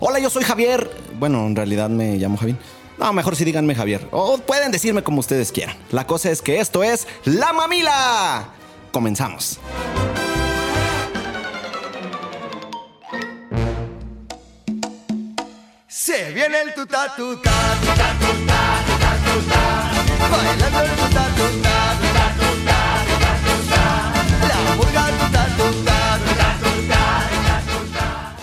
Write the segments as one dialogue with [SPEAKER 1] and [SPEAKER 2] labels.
[SPEAKER 1] Hola, yo soy Javier. Bueno, en realidad me llamo Javín. No, mejor sí díganme Javier. O pueden decirme como ustedes quieran. La cosa es que esto es La Mamila. Comenzamos.
[SPEAKER 2] Se viene el tuta tuta, tuta tuta, tuta tuta, bailando el tuta tuta, tuta tuta, tuta tuta, la murga tuta tuta, tuta tuta, tuta tuta.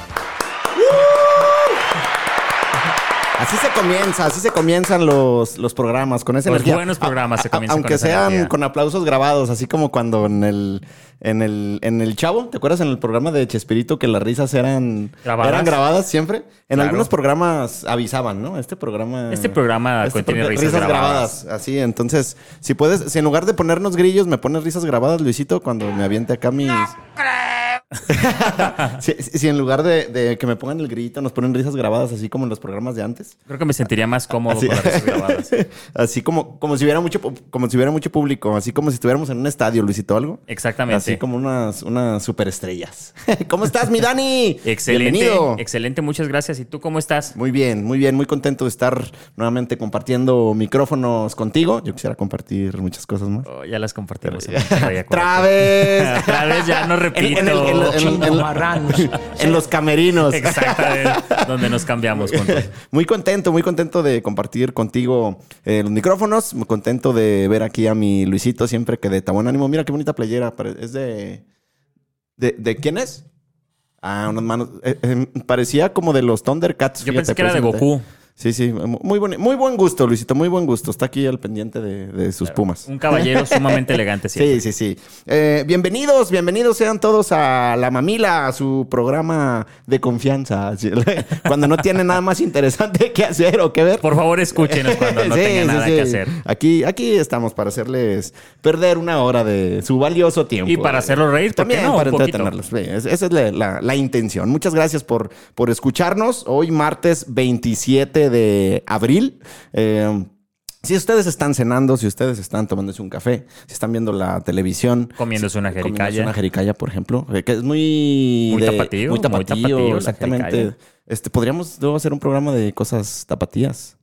[SPEAKER 1] Así se comienza, así se comienzan los, los programas, con esa
[SPEAKER 3] Los
[SPEAKER 1] energía.
[SPEAKER 3] buenos programas se
[SPEAKER 1] A- a-
[SPEAKER 3] comienzan
[SPEAKER 1] Aunque
[SPEAKER 3] con esa
[SPEAKER 1] sean
[SPEAKER 3] energía.
[SPEAKER 1] con aplausos grabados, así como cuando en el, en el, en el Chavo, ¿te acuerdas en el programa de Chespirito que las risas eran
[SPEAKER 3] Grabadas.
[SPEAKER 1] eran grabadas siempre? En
[SPEAKER 3] Claro.
[SPEAKER 1] algunos programas avisaban, ¿no? Este programa.
[SPEAKER 3] Este programa contiene
[SPEAKER 1] programa-
[SPEAKER 3] risas grabadas.
[SPEAKER 1] Así, entonces, si puedes, si en lugar de ponernos grillos, me pones risas grabadas, Luisito, cuando me aviente acá mis. si, si en lugar de, de que me pongan el grillito, nos ponen risas grabadas, así como en los programas de antes.
[SPEAKER 3] Creo que me sentiría más cómodo
[SPEAKER 1] Así,
[SPEAKER 3] con las risas grabadas.
[SPEAKER 1] así como, como si hubiera mucho pu- como si hubiera mucho público, así como si estuviéramos en un estadio, Luisito, algo.
[SPEAKER 3] Exactamente.
[SPEAKER 1] Así como unas, unas superestrellas. ¿Cómo estás, mi Dani?
[SPEAKER 3] Excelente,
[SPEAKER 1] Bienvenido.
[SPEAKER 3] excelente, muchas gracias. ¿Y tú cómo estás?
[SPEAKER 1] muy bien, muy bien, muy contento de estar nuevamente compartiendo micrófonos contigo. Yo quisiera compartir muchas cosas más.
[SPEAKER 3] Oh, ya las compartimos.
[SPEAKER 1] Otra vez.
[SPEAKER 3] Otra vez ya no repito.
[SPEAKER 1] En- en el- en lo- en lo- en lo- en los camerinos.
[SPEAKER 3] Exactamente, donde nos cambiamos. Con todo.
[SPEAKER 1] Muy contento, muy contento de compartir contigo eh, los micrófonos. Muy contento de ver aquí a mi Luisito siempre que de tan buen ánimo. Mira qué bonita playera. pare- Es de. ¿De, de quién es? Ah, unas manos. eh, eh, parecía como de los Thundercats.
[SPEAKER 3] Yo
[SPEAKER 1] fíjate,
[SPEAKER 3] pensé que era de
[SPEAKER 1] precisamente.
[SPEAKER 3] Goku.
[SPEAKER 1] Sí, sí. Muy buen, muy buen gusto, Luisito. Muy buen gusto. Está aquí al pendiente de, de sus pumas.
[SPEAKER 3] Un caballero sumamente elegante, sí.
[SPEAKER 1] Sí, sí, sí. Eh, bienvenidos, bienvenidos sean todos a La Mamila, a su programa de confianza. Sí, Cuando no tiene nada más interesante que hacer o que ver.
[SPEAKER 3] Por favor, escúchenos cuando no
[SPEAKER 1] Sí,
[SPEAKER 3] tenga
[SPEAKER 1] sí,
[SPEAKER 3] nada
[SPEAKER 1] sí.
[SPEAKER 3] que hacer.
[SPEAKER 1] Aquí, aquí estamos para hacerles perder una hora de su valioso tiempo.
[SPEAKER 3] Y para hacerlos reír, ¿por qué
[SPEAKER 1] También
[SPEAKER 3] no?
[SPEAKER 1] para
[SPEAKER 3] Un poquito.
[SPEAKER 1] entretenerlos. Sí, es- esa es la, la- la intención. Muchas gracias por, por escucharnos. Hoy martes 27 de abril. Eh, si ustedes están cenando, si ustedes están tomándose un café, si están viendo la televisión,
[SPEAKER 3] Comiéndose una
[SPEAKER 1] comiéndose
[SPEAKER 3] jericaya.
[SPEAKER 1] una jericaya, por ejemplo, eh, que es muy
[SPEAKER 3] Muy
[SPEAKER 1] de-
[SPEAKER 3] tapatío,
[SPEAKER 1] muy
[SPEAKER 3] muy
[SPEAKER 1] tapatío,
[SPEAKER 3] tapatío la
[SPEAKER 1] exactamente.
[SPEAKER 3] jericaya.
[SPEAKER 1] Este podríamos luego hacer un programa de cosas tapatías.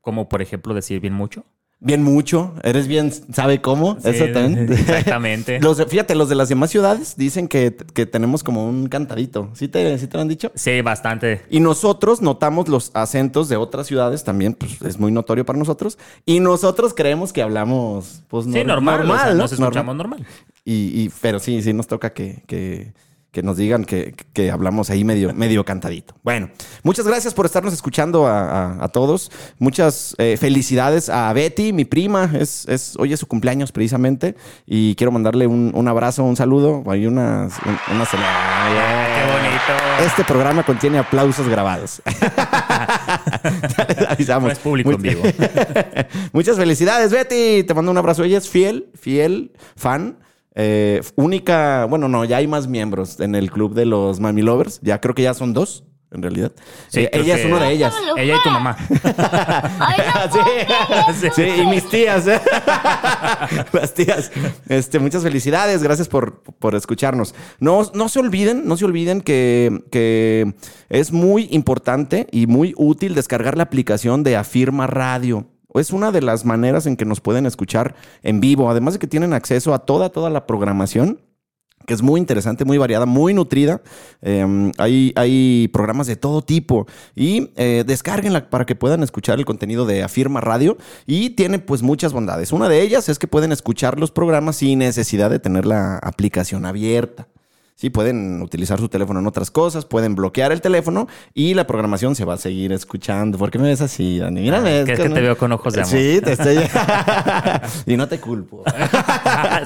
[SPEAKER 3] Como por ejemplo decir bien mucho.
[SPEAKER 1] Bien mucho, eres bien, ¿sabe cómo?
[SPEAKER 3] Sí,
[SPEAKER 1] Eso también.
[SPEAKER 3] Exactamente.
[SPEAKER 1] Los de- fíjate, los de las demás ciudades dicen que, que tenemos como un cantadito. ¿Sí te, sí te lo han dicho?
[SPEAKER 3] Sí, bastante.
[SPEAKER 1] Y nosotros notamos los acentos de otras ciudades también, pues es muy notorio para nosotros. Y nosotros creemos que hablamos, pues
[SPEAKER 3] Sí,
[SPEAKER 1] nor-
[SPEAKER 3] normal. o sea,
[SPEAKER 1] ¿no?
[SPEAKER 3] Nos escuchamos
[SPEAKER 1] Normal.
[SPEAKER 3] normal.
[SPEAKER 1] Y, y- pero sí, sí nos toca que, que- que nos digan que, que hablamos ahí medio, medio cantadito. Bueno, muchas gracias por estarnos escuchando a, a- a todos. Muchas eh, felicidades a Betty, mi prima. Es, es, hoy es su cumpleaños precisamente. Y quiero mandarle un, un abrazo, un saludo. Hay unas... un- unas-
[SPEAKER 3] Ah, Qué bonito.
[SPEAKER 1] Este programa contiene aplausos grabados. Ya les avisamos.
[SPEAKER 3] No es público en vivo.
[SPEAKER 1] Muchas felicidades, Betty. Te mando un abrazo. Ella es fiel, fiel fan. eh, única, bueno, no, ya hay más miembros en el club de los Mami Lovers. Ya creo que ya son dos, en realidad.
[SPEAKER 3] Sí,
[SPEAKER 1] Eh,
[SPEAKER 3] creo
[SPEAKER 1] ella es
[SPEAKER 3] que-
[SPEAKER 1] una de ellas.
[SPEAKER 3] Ella y tu mamá.
[SPEAKER 4] Ay, no,
[SPEAKER 1] Sí. Sí, y mis tías. ¿eh? Las tías. Este, muchas felicidades. Gracias por, por escucharnos. No, no se olviden, no se olviden que, que es muy importante y muy útil descargar la aplicación de Afirma Radio. Es una de las maneras en que nos pueden escuchar en vivo. Además de que tienen acceso a toda, toda la programación que es muy interesante, muy variada, muy nutrida. Eh, hay, hay programas de todo tipo y eh, descárguenla para que puedan escuchar el contenido de Afirma Radio y tiene pues muchas bondades. Una de ellas es que pueden escuchar los programas sin necesidad de tener la aplicación abierta. Sí, pueden utilizar su teléfono en otras cosas, pueden bloquear el teléfono y la programación se va a seguir escuchando. ¿Por qué me ves así, Dani? Mírame.
[SPEAKER 3] Ah, que es que te veo con ojos de amor.
[SPEAKER 1] Sí, te estoy... y no te culpo.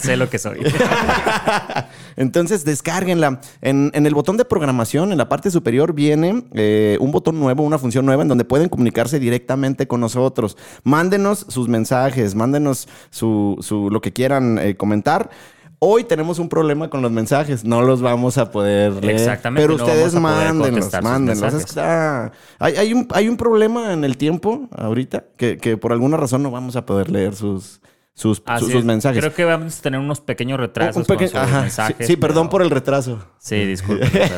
[SPEAKER 3] sé lo que soy.
[SPEAKER 1] Entonces, descárguenla. En, en el botón de programación, en la parte superior, viene eh, un botón nuevo, una función nueva en donde pueden comunicarse directamente con nosotros. Mándenos sus mensajes, mándenos su, su- lo que quieran eh, comentar. Hoy tenemos un problema con los mensajes, no los vamos a poder leer.
[SPEAKER 3] Exactamente,
[SPEAKER 1] Pero
[SPEAKER 3] no
[SPEAKER 1] ustedes
[SPEAKER 3] vamos a poder
[SPEAKER 1] mándenlos,
[SPEAKER 3] contestar sus
[SPEAKER 1] mándenlos.
[SPEAKER 3] mensajes.
[SPEAKER 1] Es que está- hay, hay un, hay un problema en el tiempo ahorita que, que por alguna razón no vamos a poder leer sus, sus,
[SPEAKER 3] Así
[SPEAKER 1] sus, sus
[SPEAKER 3] es.
[SPEAKER 1] mensajes.
[SPEAKER 3] Creo que vamos a tener unos pequeños retrasos
[SPEAKER 1] Un pequeño-
[SPEAKER 3] con sus
[SPEAKER 1] ajá,
[SPEAKER 3] mensajes.
[SPEAKER 1] sí, sí, perdón
[SPEAKER 3] pero-
[SPEAKER 1] por el retraso.
[SPEAKER 3] Sí, disculpen, pero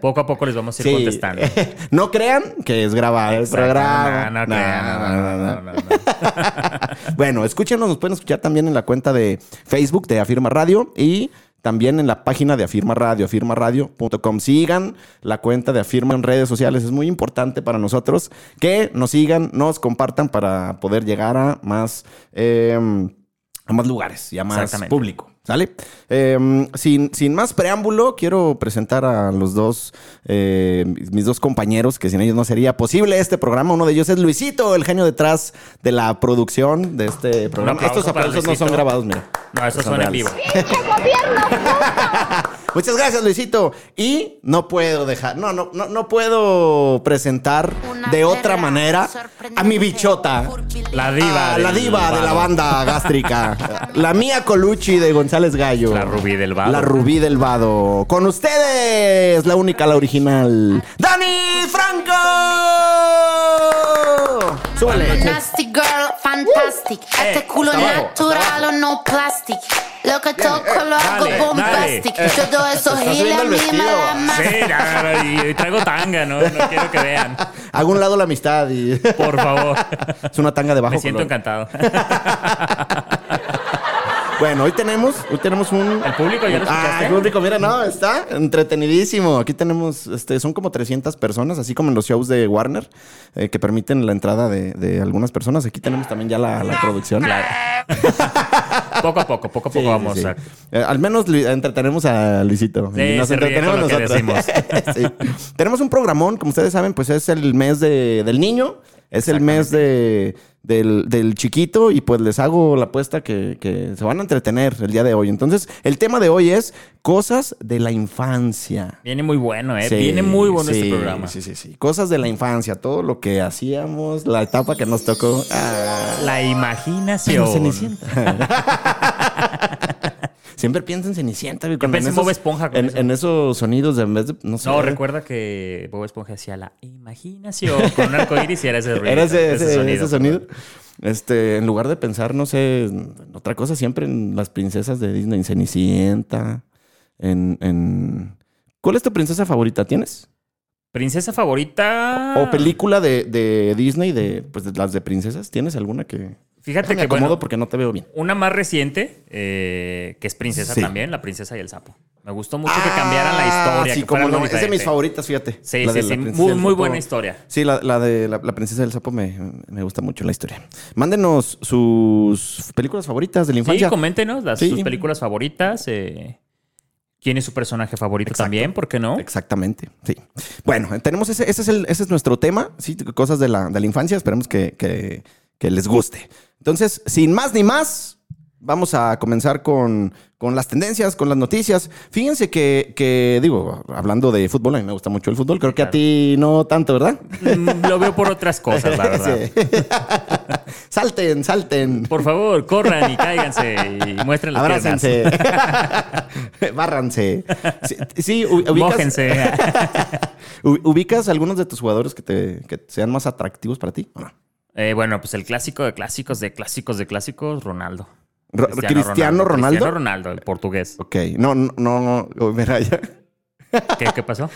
[SPEAKER 3] poco a poco les vamos a ir
[SPEAKER 1] Sí.
[SPEAKER 3] contestando.
[SPEAKER 1] no crean que es grabar el programa.
[SPEAKER 3] No, no,
[SPEAKER 1] No, no, no, no.
[SPEAKER 3] no, no, no, no.
[SPEAKER 1] Bueno, escúchenos, nos pueden escuchar también en la cuenta de Facebook de Afirma Radio y también en la página de Afirma Radio, afirmaradio.com. Sigan la cuenta de Afirma en redes sociales, es muy importante para nosotros que nos sigan, nos compartan para poder llegar a más, eh, a más lugares y a más
[SPEAKER 3] Exactamente.
[SPEAKER 1] público. ¿Sale? Eh, sin, sin más preámbulo, quiero presentar a los dos, eh, mis dos compañeros, que sin ellos no sería posible este programa. Uno de ellos es Luisito, el genio detrás de la producción de este programa.
[SPEAKER 3] aplauso
[SPEAKER 1] Estos
[SPEAKER 3] para
[SPEAKER 1] aplausos no
[SPEAKER 3] Luisito.
[SPEAKER 1] son grabados, mira.
[SPEAKER 3] No, esos son en vivo.
[SPEAKER 1] Muchas gracias, Luisito. Y no puedo dejar, no, no, no, no puedo presentar
[SPEAKER 4] Una
[SPEAKER 1] de otra
[SPEAKER 4] perra
[SPEAKER 1] manera a mi
[SPEAKER 4] sorprendente,
[SPEAKER 1] bichota.
[SPEAKER 3] La diva.
[SPEAKER 1] a Ah, la
[SPEAKER 3] del
[SPEAKER 1] diva de la
[SPEAKER 3] vado.
[SPEAKER 1] banda gástrica. la mía Colucci de González Gallo.
[SPEAKER 3] La rubí del vado.
[SPEAKER 1] La rubí del vado. Con ustedes, la única, la original. ¡Dani Franco! Súbale.
[SPEAKER 4] Fantastic girl, fantastic.
[SPEAKER 3] Eh,
[SPEAKER 4] Este culo
[SPEAKER 1] hasta abajo,
[SPEAKER 4] natural o no plastic. Lo que toco lo hago
[SPEAKER 3] eh, dale, Eh,
[SPEAKER 4] bombastic. Todo eso
[SPEAKER 1] Está subiendo
[SPEAKER 4] gira a
[SPEAKER 1] el
[SPEAKER 4] mí me
[SPEAKER 1] vestido.
[SPEAKER 4] la ma-
[SPEAKER 3] Sí, ya, ya, y, y traigo tanga, ¿no? No quiero que vean.
[SPEAKER 1] Hago un lado la amistad y es
[SPEAKER 3] Por favor.
[SPEAKER 1] una tanga de bajo
[SPEAKER 3] Me siento
[SPEAKER 1] color.
[SPEAKER 3] encantado.
[SPEAKER 1] Bueno, hoy tenemos, hoy tenemos un.
[SPEAKER 3] El público, ¿ya lo
[SPEAKER 1] Ah,
[SPEAKER 3] escuchaste?
[SPEAKER 1] el público, mira, no, está entretenidísimo. Aquí tenemos, este, son como 300 personas, así como en los shows de Warner, eh, que permiten la entrada de, de algunas personas. Aquí tenemos también ya la, la producción.
[SPEAKER 3] Poco a poco, poco a poco
[SPEAKER 1] Sí, sí,
[SPEAKER 3] vamos
[SPEAKER 1] sí.
[SPEAKER 3] a.
[SPEAKER 1] Eh, al menos Lu- entretenemos a Luisito.
[SPEAKER 3] Sí,
[SPEAKER 1] Y
[SPEAKER 3] se ríe con lo que
[SPEAKER 1] Sí. Tenemos un programón, como ustedes saben, pues es el mes de- del niño, es el mes de, del, del chiquito y pues les hago la apuesta que, que se van a entretener el día de hoy. Entonces, el tema de hoy es cosas de la infancia.
[SPEAKER 3] Viene muy bueno, ¿eh?
[SPEAKER 1] Sí,
[SPEAKER 3] Viene muy bueno
[SPEAKER 1] sí,
[SPEAKER 3] este programa.
[SPEAKER 1] Sí, sí, sí. Cosas de la infancia, todo lo que hacíamos, la etapa que nos tocó. Ah.
[SPEAKER 3] La imaginación.
[SPEAKER 1] Siempre pienso en Cenicienta, güey. cuando
[SPEAKER 3] pensé en Bob Esponja con
[SPEAKER 1] en,
[SPEAKER 3] eso.
[SPEAKER 1] en esos sonidos de en vez de. No sé.
[SPEAKER 3] No, recuerda que Bob Esponja hacía la imaginación con un arco iris y era ese ruido.
[SPEAKER 1] Era ese, ese- ese sonido. Este, en lugar de pensar, no sé, en otra cosa, siempre en las princesas de Disney, en Cenicienta, en. en- ¿Cuál es tu princesa favorita? ¿Tienes?
[SPEAKER 3] Princesa favorita.
[SPEAKER 1] ¿O película de, de Disney, de, pues, de las de princesas? ¿Tienes alguna que.?
[SPEAKER 3] Fíjate
[SPEAKER 1] Me
[SPEAKER 3] que
[SPEAKER 1] acomodo
[SPEAKER 3] bueno,
[SPEAKER 1] porque no te veo bien.
[SPEAKER 3] una más reciente, eh, que es princesa
[SPEAKER 1] Sí. Ah,
[SPEAKER 3] también, la princesa y el sapo. Me gustó mucho que cambiaran la historia.
[SPEAKER 1] Sí,
[SPEAKER 3] que
[SPEAKER 1] como
[SPEAKER 3] fuera algo
[SPEAKER 1] no. Es de mis
[SPEAKER 3] diferente.
[SPEAKER 1] favoritas, fíjate.
[SPEAKER 3] Sí,
[SPEAKER 1] La
[SPEAKER 3] sí,
[SPEAKER 1] de la
[SPEAKER 3] sí.
[SPEAKER 1] princesa
[SPEAKER 3] Muy,
[SPEAKER 1] del
[SPEAKER 3] muy
[SPEAKER 1] sapo.
[SPEAKER 3] buena historia.
[SPEAKER 1] Sí, la, la de la, la princesa del sapo me, me gusta mucho la historia. Mándenos sus películas favoritas de la
[SPEAKER 3] Sí,
[SPEAKER 1] infancia.
[SPEAKER 3] coméntenos las,
[SPEAKER 1] Sí.
[SPEAKER 3] sus películas favoritas. eh, ¿Quién es su personaje favorito
[SPEAKER 1] Exacto.
[SPEAKER 3] también? ¿Por qué no?
[SPEAKER 1] Exactamente, sí. Bueno, tenemos ese, ese es, el, ese es nuestro tema, sí, cosas de la, de la infancia. Esperemos que, que- que les guste. Entonces, sin más ni más, vamos a comenzar con, con las tendencias, con las noticias. Fíjense que, que, digo, hablando de fútbol, a mí me gusta mucho el fútbol. Creo que a ti no tanto, ¿verdad?
[SPEAKER 3] Mm, Lo veo por otras cosas, la verdad.
[SPEAKER 1] Sí. salten, salten.
[SPEAKER 3] Por favor, corran y cáiganse y muestren las
[SPEAKER 1] Abrácense. Bárranse. Sí, sí, u-
[SPEAKER 3] piernas.
[SPEAKER 1] ubicas,
[SPEAKER 3] Mójense.
[SPEAKER 1] u- ubicas algunos de tus jugadores que, te, que sean más atractivos para ti. ¿o no?
[SPEAKER 3] Eh, bueno, pues el clásico de clásicos, de clásicos, de clásicos, Ronaldo.
[SPEAKER 1] Ro- Cristiano Ronaldo.
[SPEAKER 3] Cristiano Ronaldo, el portugués.
[SPEAKER 1] Ok, no, no, no, no, mira, ya.
[SPEAKER 3] ¿Qué, qué pasó?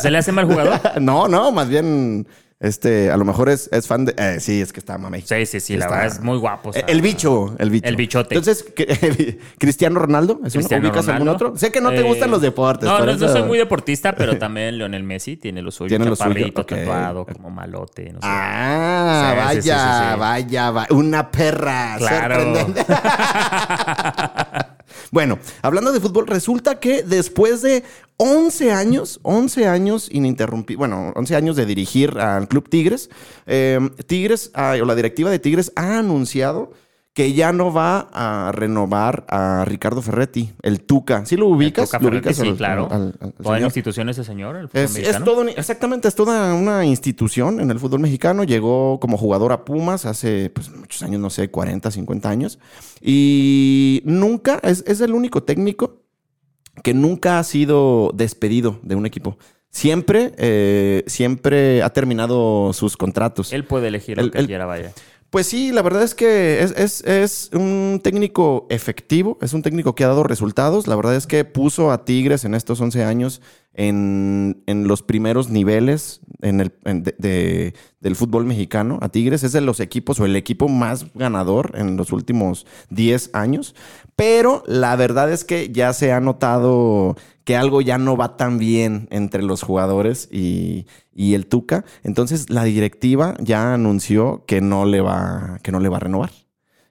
[SPEAKER 3] ¿Se le hace mal jugador?
[SPEAKER 1] No, no, más bien, este, a lo mejor es, es fan de. eh, sí, es que está mamey.
[SPEAKER 3] Sí, sí, sí, la
[SPEAKER 1] Está- Eh,
[SPEAKER 3] verdad es muy guapo. o sea,
[SPEAKER 1] El bicho, el bicho.
[SPEAKER 3] El bichote.
[SPEAKER 1] Entonces, ¿qué- Cristiano Ronaldo, ¿es uno?
[SPEAKER 3] Cristiano
[SPEAKER 1] ¿ubicas algún
[SPEAKER 3] Ronaldo.
[SPEAKER 1] otro? Sé que no te
[SPEAKER 3] Eh,
[SPEAKER 1] gustan los deportes.
[SPEAKER 3] No,
[SPEAKER 1] por
[SPEAKER 3] no, no
[SPEAKER 1] eso-
[SPEAKER 3] soy muy deportista, pero también Lionel Messi tiene lo suyo.
[SPEAKER 1] Tiene
[SPEAKER 3] Tiene
[SPEAKER 1] lo
[SPEAKER 3] lo
[SPEAKER 1] suyo, ok.
[SPEAKER 3] tatuado, como malote, no sé.
[SPEAKER 1] Ah,
[SPEAKER 3] Sí,
[SPEAKER 1] vaya,
[SPEAKER 3] sí, sí, sí, sí.
[SPEAKER 1] vaya, va- una perra.
[SPEAKER 3] Claro.
[SPEAKER 1] sorprendente. bueno, hablando de fútbol, resulta que después de 11 años, 11 años ininterrumpidos, bueno, 11 años de dirigir al Club Tigres, eh, Tigres, ah, o la directiva de Tigres ha anunciado que ya no va a renovar a Ricardo Ferretti, el Tuca. ¿Sí lo ubicas?
[SPEAKER 3] Toca
[SPEAKER 1] ¿Lo
[SPEAKER 3] Ferretti,
[SPEAKER 1] ubicas
[SPEAKER 3] sí,
[SPEAKER 1] al-
[SPEAKER 3] claro.
[SPEAKER 1] al- al- al
[SPEAKER 3] Toda
[SPEAKER 1] señor?
[SPEAKER 3] la institución ese señor, el fútbol
[SPEAKER 1] Es, es
[SPEAKER 3] mexicano.
[SPEAKER 1] todo, un- exactamente, es toda una institución en el fútbol mexicano. Llegó como jugador a Pumas hace pues, muchos años, no sé, 40, 50 años. Y nunca, es, es el único técnico que nunca ha sido despedido de un equipo. Siempre, eh, siempre ha terminado sus contratos.
[SPEAKER 3] Él puede elegir
[SPEAKER 1] El-
[SPEAKER 3] lo que
[SPEAKER 1] el-
[SPEAKER 3] quiera, vaya.
[SPEAKER 1] Pues sí, la verdad es que es, es- es un técnico efectivo, es un técnico que ha dado resultados. La verdad es que puso a Tigres en estos 11 años en, en los primeros niveles en el, en- de- de- del fútbol mexicano. A Tigres es de los equipos o el equipo más ganador en los últimos 10 años. Pero la verdad es que ya se ha notado que algo ya no va tan bien entre los jugadores y, y el Tuca. Entonces la directiva ya anunció que no le va, que no le va a renovar.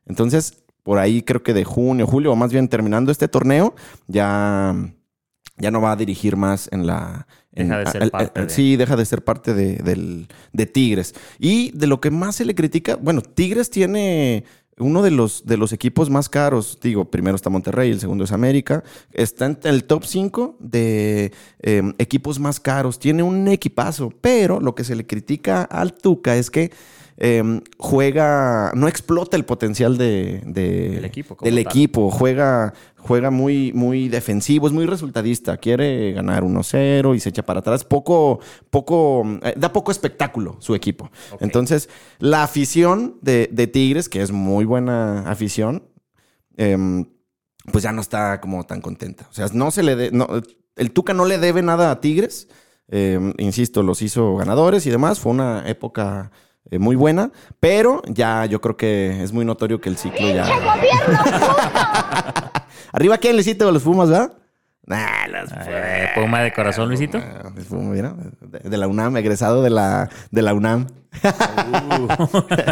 [SPEAKER 1] Entonces, por ahí creo que de junio, julio, o más bien terminando este torneo, ya, ya no va a dirigir más en la. en-
[SPEAKER 3] Deja de ser
[SPEAKER 1] al- al-
[SPEAKER 3] parte de-
[SPEAKER 1] Sí, deja de ser parte de, del- de Tigres. Y de lo que más se le critica, bueno, Tigres tiene uno de los, de los equipos más caros. Digo, primero está Monterrey, el segundo es América. Está en el top 5 de eh, equipos más caros. Tiene un equipazo, pero lo que se le critica al Tuca es que eh, juega, no explota el potencial de, de-
[SPEAKER 3] Del equipo como
[SPEAKER 1] del
[SPEAKER 3] tal.
[SPEAKER 1] equipo. Juega, juega muy, muy defensivo, es muy resultadista. Quiere ganar 1-0 y se echa para atrás. Poco, poco, eh, da poco espectáculo su equipo.
[SPEAKER 3] Ok.
[SPEAKER 1] Entonces, la afición de, de Tigres, que es muy buena afición, em, pues ya no está como tan contenta. O sea, no se le de- no, el Tuca no le debe nada a Tigres. Eh, insisto, los hizo ganadores y demás. Fue una época eh, muy buena, pero ya yo creo que es muy notorio que el ciclo ya. Arriba, ¿quién le a los Pumas, verdad? Nah, los
[SPEAKER 3] Eh, Puma de corazón, Luisito.
[SPEAKER 1] Pumas, los Pumas, Ah, mira, de, de la UNAM, egresado de la, de la UNAM.
[SPEAKER 3] Uh.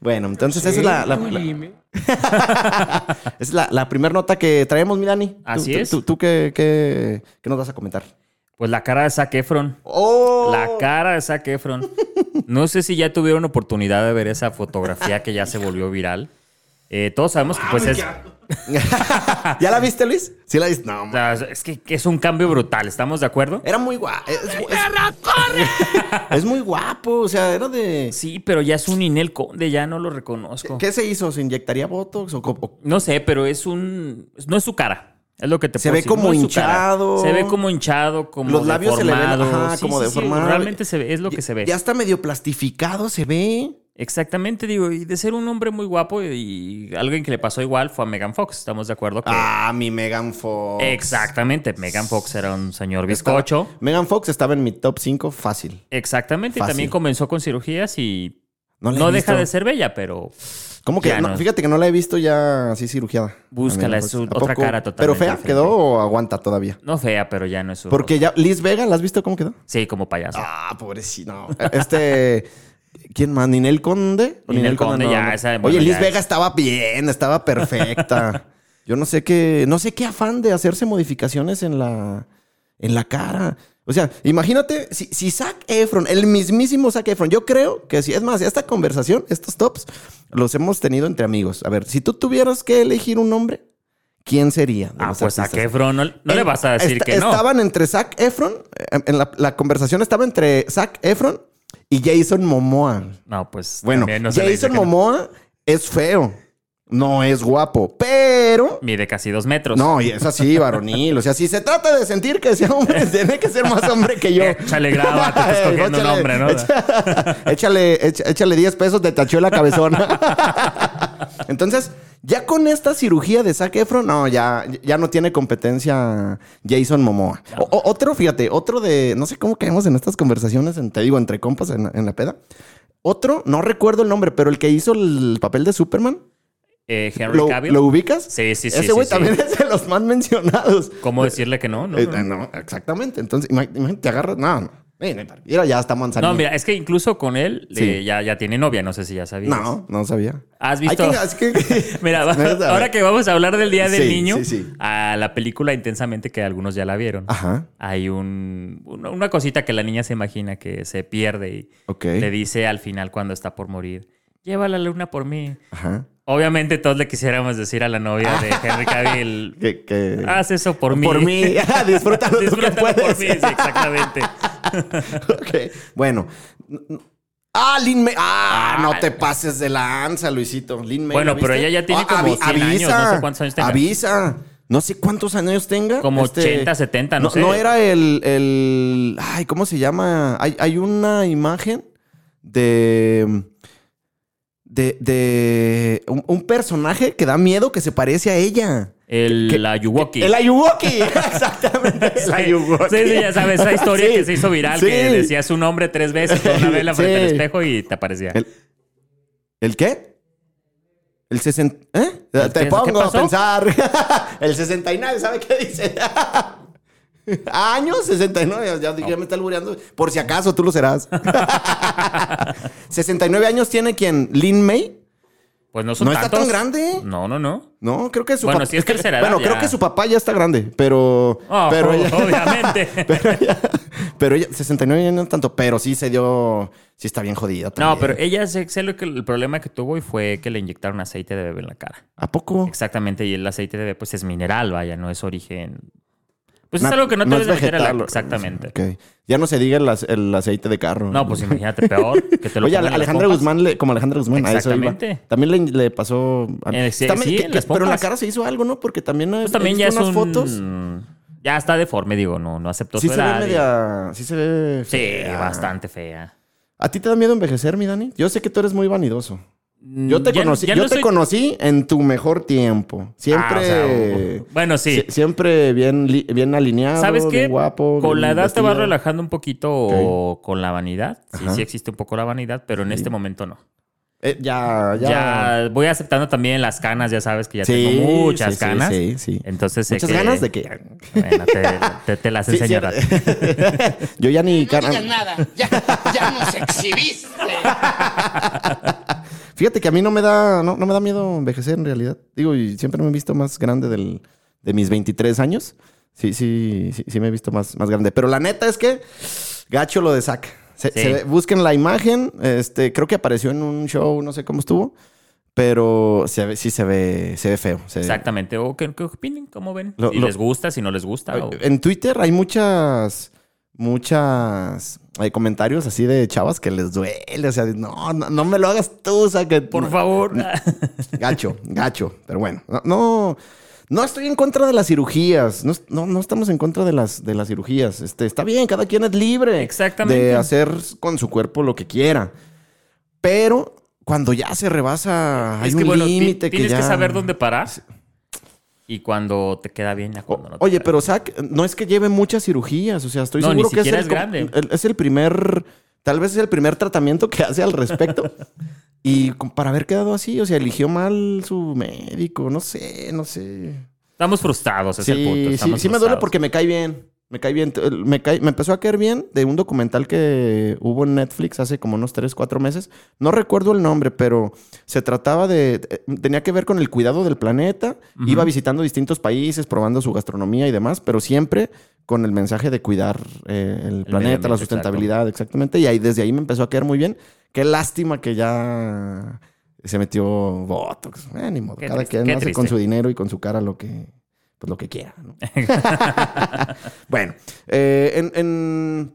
[SPEAKER 1] bueno, entonces esa es la, la- la- esa es la, primera nota que traemos, Milani. Tú-
[SPEAKER 3] Así
[SPEAKER 1] tú-
[SPEAKER 3] es.
[SPEAKER 1] ¿Tú, tú qué, qué- qué nos vas a comentar?
[SPEAKER 3] Pues la cara de Zac Efron. La cara de Zac Efron. No sé si ya tuvieron oportunidad de ver esa fotografía que ya se volvió viral. Eh, todos sabemos que pues es...
[SPEAKER 1] ¿Ya la viste, Luis? Sí la viste. No,
[SPEAKER 3] o sea, es que que es un cambio brutal, ¿estamos de acuerdo?
[SPEAKER 1] Era muy guapo. Es, es- es muy guapo. O sea, era de.
[SPEAKER 3] Sí, pero ya es un Inel Conde, ya no lo reconozco.
[SPEAKER 1] ¿Qué se hizo? ¿Se inyectaría Botox? ¿O, co- o-
[SPEAKER 3] No sé, pero es un. No es su cara. Es lo que te
[SPEAKER 1] Se
[SPEAKER 3] puedo
[SPEAKER 1] ve
[SPEAKER 3] decir,
[SPEAKER 1] como
[SPEAKER 3] no es su cara.
[SPEAKER 1] hinchado.
[SPEAKER 3] Se ve como hinchado, como.
[SPEAKER 1] los labios se le ven
[SPEAKER 3] deformado.
[SPEAKER 1] ajá,
[SPEAKER 3] Sí,
[SPEAKER 1] como
[SPEAKER 3] sí, sí,
[SPEAKER 1] deformados?
[SPEAKER 3] realmente se ve, es lo que se ve.
[SPEAKER 1] Ya está medio plastificado, se ve.
[SPEAKER 3] Exactamente, digo, y de ser un hombre muy guapo y, y alguien que le pasó igual fue a Megan Fox. Estamos de acuerdo que.
[SPEAKER 1] Ah, mi Megan Fox.
[SPEAKER 3] Exactamente, Megan Fox era un señor
[SPEAKER 1] Estaba-
[SPEAKER 3] bizcocho.
[SPEAKER 1] Megan Fox estaba en mi top 5 fácil.
[SPEAKER 3] Exactamente, y
[SPEAKER 1] Fácil.
[SPEAKER 3] también comenzó con cirugías y.
[SPEAKER 1] No
[SPEAKER 3] No,
[SPEAKER 1] la he visto.
[SPEAKER 3] deja de ser bella, pero.
[SPEAKER 1] ¿Cómo que?
[SPEAKER 3] Ya
[SPEAKER 1] no?
[SPEAKER 3] no.
[SPEAKER 1] Fíjate que no la he visto ya así cirugiada.
[SPEAKER 3] Búscala,
[SPEAKER 1] A Megan
[SPEAKER 3] es
[SPEAKER 1] Fox.
[SPEAKER 3] un-
[SPEAKER 1] ¿A
[SPEAKER 3] otra
[SPEAKER 1] poco?
[SPEAKER 3] cara totalmente
[SPEAKER 1] ¿Pero fea
[SPEAKER 3] diferente.
[SPEAKER 1] quedó o aguanta todavía?
[SPEAKER 3] No fea, pero ya no es su.
[SPEAKER 1] Porque ya, Liz Vega, ¿la has visto cómo quedó?
[SPEAKER 3] Sí, como payaso.
[SPEAKER 1] Ah, pobrecito. Este. ¿Quién más? ¿Ninel Conde? ¿O
[SPEAKER 3] Ninel Conde, ya, esa, bueno,
[SPEAKER 1] Oye, Liz
[SPEAKER 3] ya
[SPEAKER 1] Vega
[SPEAKER 3] es-
[SPEAKER 1] estaba bien, estaba perfecta. Yo no sé qué. No sé qué afán de hacerse modificaciones en la. en la cara. O sea, imagínate si, si Zac Efron, el mismísimo Zac Efron, yo creo que si, es más, esta conversación, estos tops, los hemos tenido entre amigos. A ver, si tú tuvieras que elegir un nombre, ¿quién sería? de
[SPEAKER 3] Ah,
[SPEAKER 1] los
[SPEAKER 3] pues a
[SPEAKER 1] artistas?
[SPEAKER 3] Kefron no, no le
[SPEAKER 1] En-
[SPEAKER 3] vas a decir
[SPEAKER 1] esta-
[SPEAKER 3] que no.
[SPEAKER 1] Estaban entre Zac Efron, eh, en la, la conversación estaba entre Zac Efron y Jason Momoa.
[SPEAKER 3] No, pues.
[SPEAKER 1] Bueno,
[SPEAKER 3] también no se le dice
[SPEAKER 1] Jason
[SPEAKER 3] que no.
[SPEAKER 1] Momoa es feo, no es guapo, pero...
[SPEAKER 3] Mide casi dos metros.
[SPEAKER 1] No, y es así, varonil. O sea, si se trata de sentir que sea hombre, tiene que ser más hombre que yo.
[SPEAKER 3] Échale grava, te estás
[SPEAKER 1] Ey,
[SPEAKER 3] cogiendo un hombre, ¿no?
[SPEAKER 1] echa- échale, echa- échale 10 pesos de tachuela cabezona. Entonces, ya con esta cirugía de Zac Efron, no, ya, ya no tiene competencia Jason Momoa. O- o- otro, fíjate, otro de... No sé cómo caemos en estas conversaciones, en- te digo, entre compas en, en la peda. Otro, no recuerdo el nombre, pero el que hizo el papel de Superman.
[SPEAKER 3] Eh, Henry
[SPEAKER 1] ¿Lo,
[SPEAKER 3] Cavill.
[SPEAKER 1] ¿lo ubicas?
[SPEAKER 3] Sí, sí, sí, sí,
[SPEAKER 1] Ese güey
[SPEAKER 3] sí.
[SPEAKER 1] también es de los más mencionados.
[SPEAKER 3] ¿Cómo decirle que no? No,
[SPEAKER 1] Eh,
[SPEAKER 3] no.
[SPEAKER 1] No, exactamente. Entonces, ima- imagínate, te agarras. No, no. Ey, no hay par- Mira, ya está manzanilla.
[SPEAKER 3] No, mira, es que incluso con él
[SPEAKER 1] Sí.
[SPEAKER 3] eh, ya, ya tiene novia, no sé si ya sabías.
[SPEAKER 1] No, no sabía.
[SPEAKER 3] ¿Has
[SPEAKER 1] Hay
[SPEAKER 3] visto?
[SPEAKER 1] que- así que-
[SPEAKER 3] Mira, va-
[SPEAKER 1] No, es- a
[SPEAKER 3] ahora
[SPEAKER 1] ver.
[SPEAKER 3] que vamos a hablar del Día del
[SPEAKER 1] Sí,
[SPEAKER 3] Niño,
[SPEAKER 1] sí, sí.
[SPEAKER 3] a la película Intensamente, que algunos ya la vieron,
[SPEAKER 1] Ajá.
[SPEAKER 3] hay un, una, una cosita que la niña se imagina que se pierde y
[SPEAKER 1] Ok.
[SPEAKER 3] le dice al final cuando está por morir, lleva la luna por mí.
[SPEAKER 1] Ajá.
[SPEAKER 3] Obviamente todos le quisiéramos decir a la novia de Henry Cavill,
[SPEAKER 1] Que, que-
[SPEAKER 3] haz eso Ah, por mí.
[SPEAKER 1] Por mí. Ah, Disfrútalo, tú que
[SPEAKER 3] Disfrútalo por
[SPEAKER 1] puedes.
[SPEAKER 3] mí, sí, exactamente.
[SPEAKER 1] Ok. Bueno. Ah, Lin May. Ah,
[SPEAKER 3] Ah.
[SPEAKER 1] no te pases de lanza, Luisito. Lin May.
[SPEAKER 3] Bueno,
[SPEAKER 1] ¿la
[SPEAKER 3] pero
[SPEAKER 1] viste? Ah,
[SPEAKER 3] ella ya tiene como 100 años, no sé cuántos años tenga.
[SPEAKER 1] Avisa. No sé cuántos años tenga.
[SPEAKER 3] Como 80, 70, no sé.
[SPEAKER 1] Este, No era el, el- Ay, ¿cómo se llama? Hay, hay una imagen de. de, de un, un personaje que da miedo que se parece a ella.
[SPEAKER 3] El Ayuwoki.
[SPEAKER 1] El Ayuwoki, exactamente. El Ayuwoki.
[SPEAKER 3] Sí, sí, ya sabes, esa historia
[SPEAKER 1] Sí.
[SPEAKER 3] que se hizo viral,
[SPEAKER 1] Sí.
[SPEAKER 3] que decía su nombre tres veces con una vela frente al
[SPEAKER 1] Sí.
[SPEAKER 3] espejo y te aparecía.
[SPEAKER 1] El- ¿El qué? El 60. ¿Eh? Te
[SPEAKER 3] qué? ¿Qué
[SPEAKER 1] pongo a
[SPEAKER 3] pasó?
[SPEAKER 1] pensar. el 69, ¿sabe qué dice? Años 69, ya, ya me está albureando. Por si acaso tú lo serás. 69 años tiene quien? Lin May.
[SPEAKER 3] Pues no son
[SPEAKER 1] no está tan
[SPEAKER 3] tantos.
[SPEAKER 1] grande.
[SPEAKER 3] No, no, no.
[SPEAKER 1] No, creo que su
[SPEAKER 3] Bueno,
[SPEAKER 1] papá.
[SPEAKER 3] si es tercera edad,
[SPEAKER 1] Bueno,
[SPEAKER 3] ya.
[SPEAKER 1] creo que su papá ya está grande, pero.
[SPEAKER 3] Oh,
[SPEAKER 1] pero ella-
[SPEAKER 3] obviamente.
[SPEAKER 1] pero ella, pero ella- 69 años no tanto, pero sí se dio. Sí está bien jodida.
[SPEAKER 3] No,
[SPEAKER 1] también.
[SPEAKER 3] pero ella sé, sé lo que el problema que tuvo y fue que le inyectaron aceite de bebé en la cara.
[SPEAKER 1] ¿A poco?
[SPEAKER 3] Exactamente, y el aceite de bebé pues es mineral, vaya, no es origen. Pues es
[SPEAKER 1] Na-
[SPEAKER 3] algo que no, te
[SPEAKER 1] es
[SPEAKER 3] debes meter a la-
[SPEAKER 1] vegetal.
[SPEAKER 3] Exactamente.
[SPEAKER 1] Ok. Ya no se diga el, ace- el aceite de carro.
[SPEAKER 3] No, pues imagínate peor que te lo
[SPEAKER 1] Oye,
[SPEAKER 3] pongan en las
[SPEAKER 1] Alejandra
[SPEAKER 3] pompas.
[SPEAKER 1] Guzmán, le- como Alejandra Guzmán, a eso iba.
[SPEAKER 3] Exactamente.
[SPEAKER 1] También le, le pasó. a-
[SPEAKER 3] Eh, sí,
[SPEAKER 1] También-
[SPEAKER 3] sí,
[SPEAKER 1] que-
[SPEAKER 3] en
[SPEAKER 1] que-
[SPEAKER 3] las
[SPEAKER 1] pero en la
[SPEAKER 3] pompas.
[SPEAKER 1] cara se hizo algo, ¿no? Porque también, he-
[SPEAKER 3] Pues
[SPEAKER 1] he
[SPEAKER 3] también
[SPEAKER 1] visto
[SPEAKER 3] ya es
[SPEAKER 1] unas
[SPEAKER 3] un...
[SPEAKER 1] fotos.
[SPEAKER 3] Ya está deforme, digo, no, no aceptó
[SPEAKER 1] Sí
[SPEAKER 3] su
[SPEAKER 1] se ve
[SPEAKER 3] edad. y-
[SPEAKER 1] media. Sí se ve.
[SPEAKER 3] Sí,
[SPEAKER 1] fea.
[SPEAKER 3] bastante fea.
[SPEAKER 1] ¿A ti te da miedo envejecer, mi Dani? Yo sé que tú eres muy vanidoso. Yo te
[SPEAKER 3] Mm, Ya-
[SPEAKER 1] conocí,
[SPEAKER 3] ya
[SPEAKER 1] yo
[SPEAKER 3] no
[SPEAKER 1] te
[SPEAKER 3] soy-
[SPEAKER 1] conocí en tu mejor tiempo. Siempre.
[SPEAKER 3] Ah, o sea, bueno, sí.
[SPEAKER 1] sie- Siempre bien, li- bien alineado.
[SPEAKER 3] ¿Sabes qué?
[SPEAKER 1] bien guapo.
[SPEAKER 3] con
[SPEAKER 1] bien
[SPEAKER 3] la edad te vas
[SPEAKER 1] vestido.
[SPEAKER 3] relajando un poquito o con la vanidad. Sí,
[SPEAKER 1] Ajá.
[SPEAKER 3] sí existe un poco la vanidad, pero en este momento no.
[SPEAKER 1] Eh, ya, ya.
[SPEAKER 3] Ya. voy aceptando también las canas, ya sabes que ya
[SPEAKER 1] Sí,
[SPEAKER 3] tengo muchas
[SPEAKER 1] sí, sí,
[SPEAKER 3] canas.
[SPEAKER 1] sí, sí.
[SPEAKER 3] Entonces sé
[SPEAKER 1] Muchas
[SPEAKER 3] que-
[SPEAKER 1] ganas de que.
[SPEAKER 3] Bueno, te, te- te las
[SPEAKER 1] Sí, sí,
[SPEAKER 3] enseñarás.
[SPEAKER 1] yo ya ni
[SPEAKER 5] No digas
[SPEAKER 1] cara.
[SPEAKER 5] nada, ya, ya nos exhibiste.
[SPEAKER 1] Fíjate que a mí no me da, no, no me da miedo envejecer en realidad. Digo, y siempre me he visto más grande del, de mis 23 años. Sí, sí, sí, sí me he visto más, más grande. Pero la neta es que gacho lo de Zac. Se-
[SPEAKER 3] Sí.
[SPEAKER 1] se ve- busquen la imagen. Este, creo que apareció en un show, no sé cómo estuvo. Pero se ve- sí se ve, se ve feo. se-
[SPEAKER 3] Exactamente. ¿O qué, qué opinen? ¿Cómo ven?
[SPEAKER 1] Lo-
[SPEAKER 3] si
[SPEAKER 1] lo- eh,
[SPEAKER 3] les gusta, si no les gusta. o-
[SPEAKER 1] En Twitter hay muchas, muchas hay comentarios así de chavas que les duele. O sea, no, no, no me lo hagas tú, o sea, que
[SPEAKER 3] Por favor.
[SPEAKER 1] Gacho, gacho. Pero bueno, no, no, no estoy en contra de las cirugías. No, no, no estamos en contra de las, de las cirugías. Este, está bien, cada quien es libre
[SPEAKER 3] Exactamente.
[SPEAKER 1] de hacer con su cuerpo lo que quiera. Pero cuando ya se rebasa, hay
[SPEAKER 3] es
[SPEAKER 1] un
[SPEAKER 3] que bueno, ti-
[SPEAKER 1] límite que
[SPEAKER 3] tienes
[SPEAKER 1] ya...
[SPEAKER 3] que saber dónde parar. Y cuando te queda bien, a
[SPEAKER 1] O-
[SPEAKER 3] cuando no te
[SPEAKER 1] Oye,
[SPEAKER 3] queda
[SPEAKER 1] pero Zach, no es que lleve muchas cirugías, o sea, estoy
[SPEAKER 3] No, ni
[SPEAKER 1] seguro que es el,
[SPEAKER 3] siquiera es
[SPEAKER 1] com-
[SPEAKER 3] grande.
[SPEAKER 1] el- es el primer, tal vez es el primer tratamiento que hace al respecto. y con- para haber quedado así, o sea, eligió mal su médico, no sé, no sé.
[SPEAKER 3] bien. Estamos frustrados, es
[SPEAKER 1] Sí,
[SPEAKER 3] el punto.
[SPEAKER 1] sí,
[SPEAKER 3] estamos
[SPEAKER 1] sí me duele
[SPEAKER 3] frustrados.
[SPEAKER 1] porque me cae bien. Me cae bien, t- me, cae- me empezó a caer bien de un documental que hubo en Netflix hace como unos 3, 4 meses. No recuerdo el nombre, pero se trataba de... eh, Tenía que ver con el cuidado del planeta. Iba visitando distintos países, probando su gastronomía y demás, pero siempre con el mensaje de cuidar eh, el, planeta, la
[SPEAKER 3] ambiente,
[SPEAKER 1] sustentabilidad, exactamente. Y ahí, desde ahí me empezó a caer muy bien. Qué lástima que ya se metió Botox. Eh, ni modo.
[SPEAKER 3] Qué
[SPEAKER 1] Cada
[SPEAKER 3] triste,
[SPEAKER 1] quien
[SPEAKER 3] qué
[SPEAKER 1] hace
[SPEAKER 3] triste.
[SPEAKER 1] con su dinero y con su cara lo que pues lo que quiera, ¿no? bueno, eh, en, en-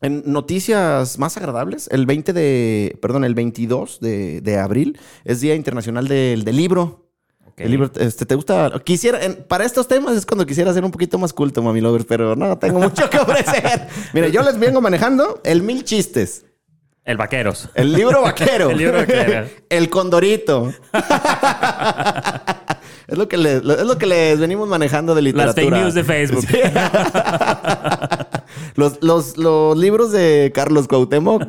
[SPEAKER 1] en noticias más agradables, el 20 de, perdón, el 22 de, de abril es Día Internacional del, del Libro.
[SPEAKER 3] Ok.
[SPEAKER 1] El libro, este, ¿te gusta? Quisiera, en- para estos temas es cuando quisiera ser un poquito más culto, mami lover, pero no, tengo mucho que ofrecer. Mira, yo les vengo manejando el mil chistes.
[SPEAKER 3] El vaqueros.
[SPEAKER 1] El libro vaquero.
[SPEAKER 3] El libro vaquero.
[SPEAKER 1] El condorito. es, lo que les, lo- es lo que les venimos manejando de literatura.
[SPEAKER 3] Las fake news de Facebook.
[SPEAKER 1] Sí. los, los, los libros de Carlos Cuauhtémoc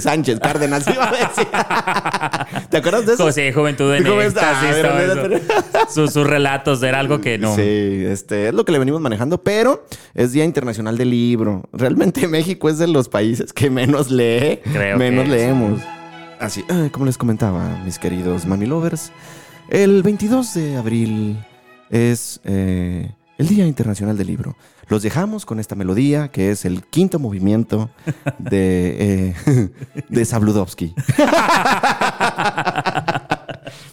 [SPEAKER 1] Sánchez Cárdenas. iba a decir. ¿Te acuerdas de eso?
[SPEAKER 3] José, Juventud en
[SPEAKER 1] ¿Cómo está?
[SPEAKER 3] Éxtasis,
[SPEAKER 1] A ver, a ver,
[SPEAKER 3] todo
[SPEAKER 1] a ver.
[SPEAKER 3] eso. Sus, sus relatos era algo que no.
[SPEAKER 1] Sí, este, es lo que le venimos manejando, pero es Día Internacional del Libro. Realmente México es de los países que menos lee,
[SPEAKER 3] Creo
[SPEAKER 1] menos
[SPEAKER 3] que-
[SPEAKER 1] leemos. Así, ah, como les comentaba, mis queridos mami lovers, el 22 de abril es eh, el Día Internacional del Libro. Los dejamos con esta melodía que es el quinto movimiento de, eh, de Sabludowski.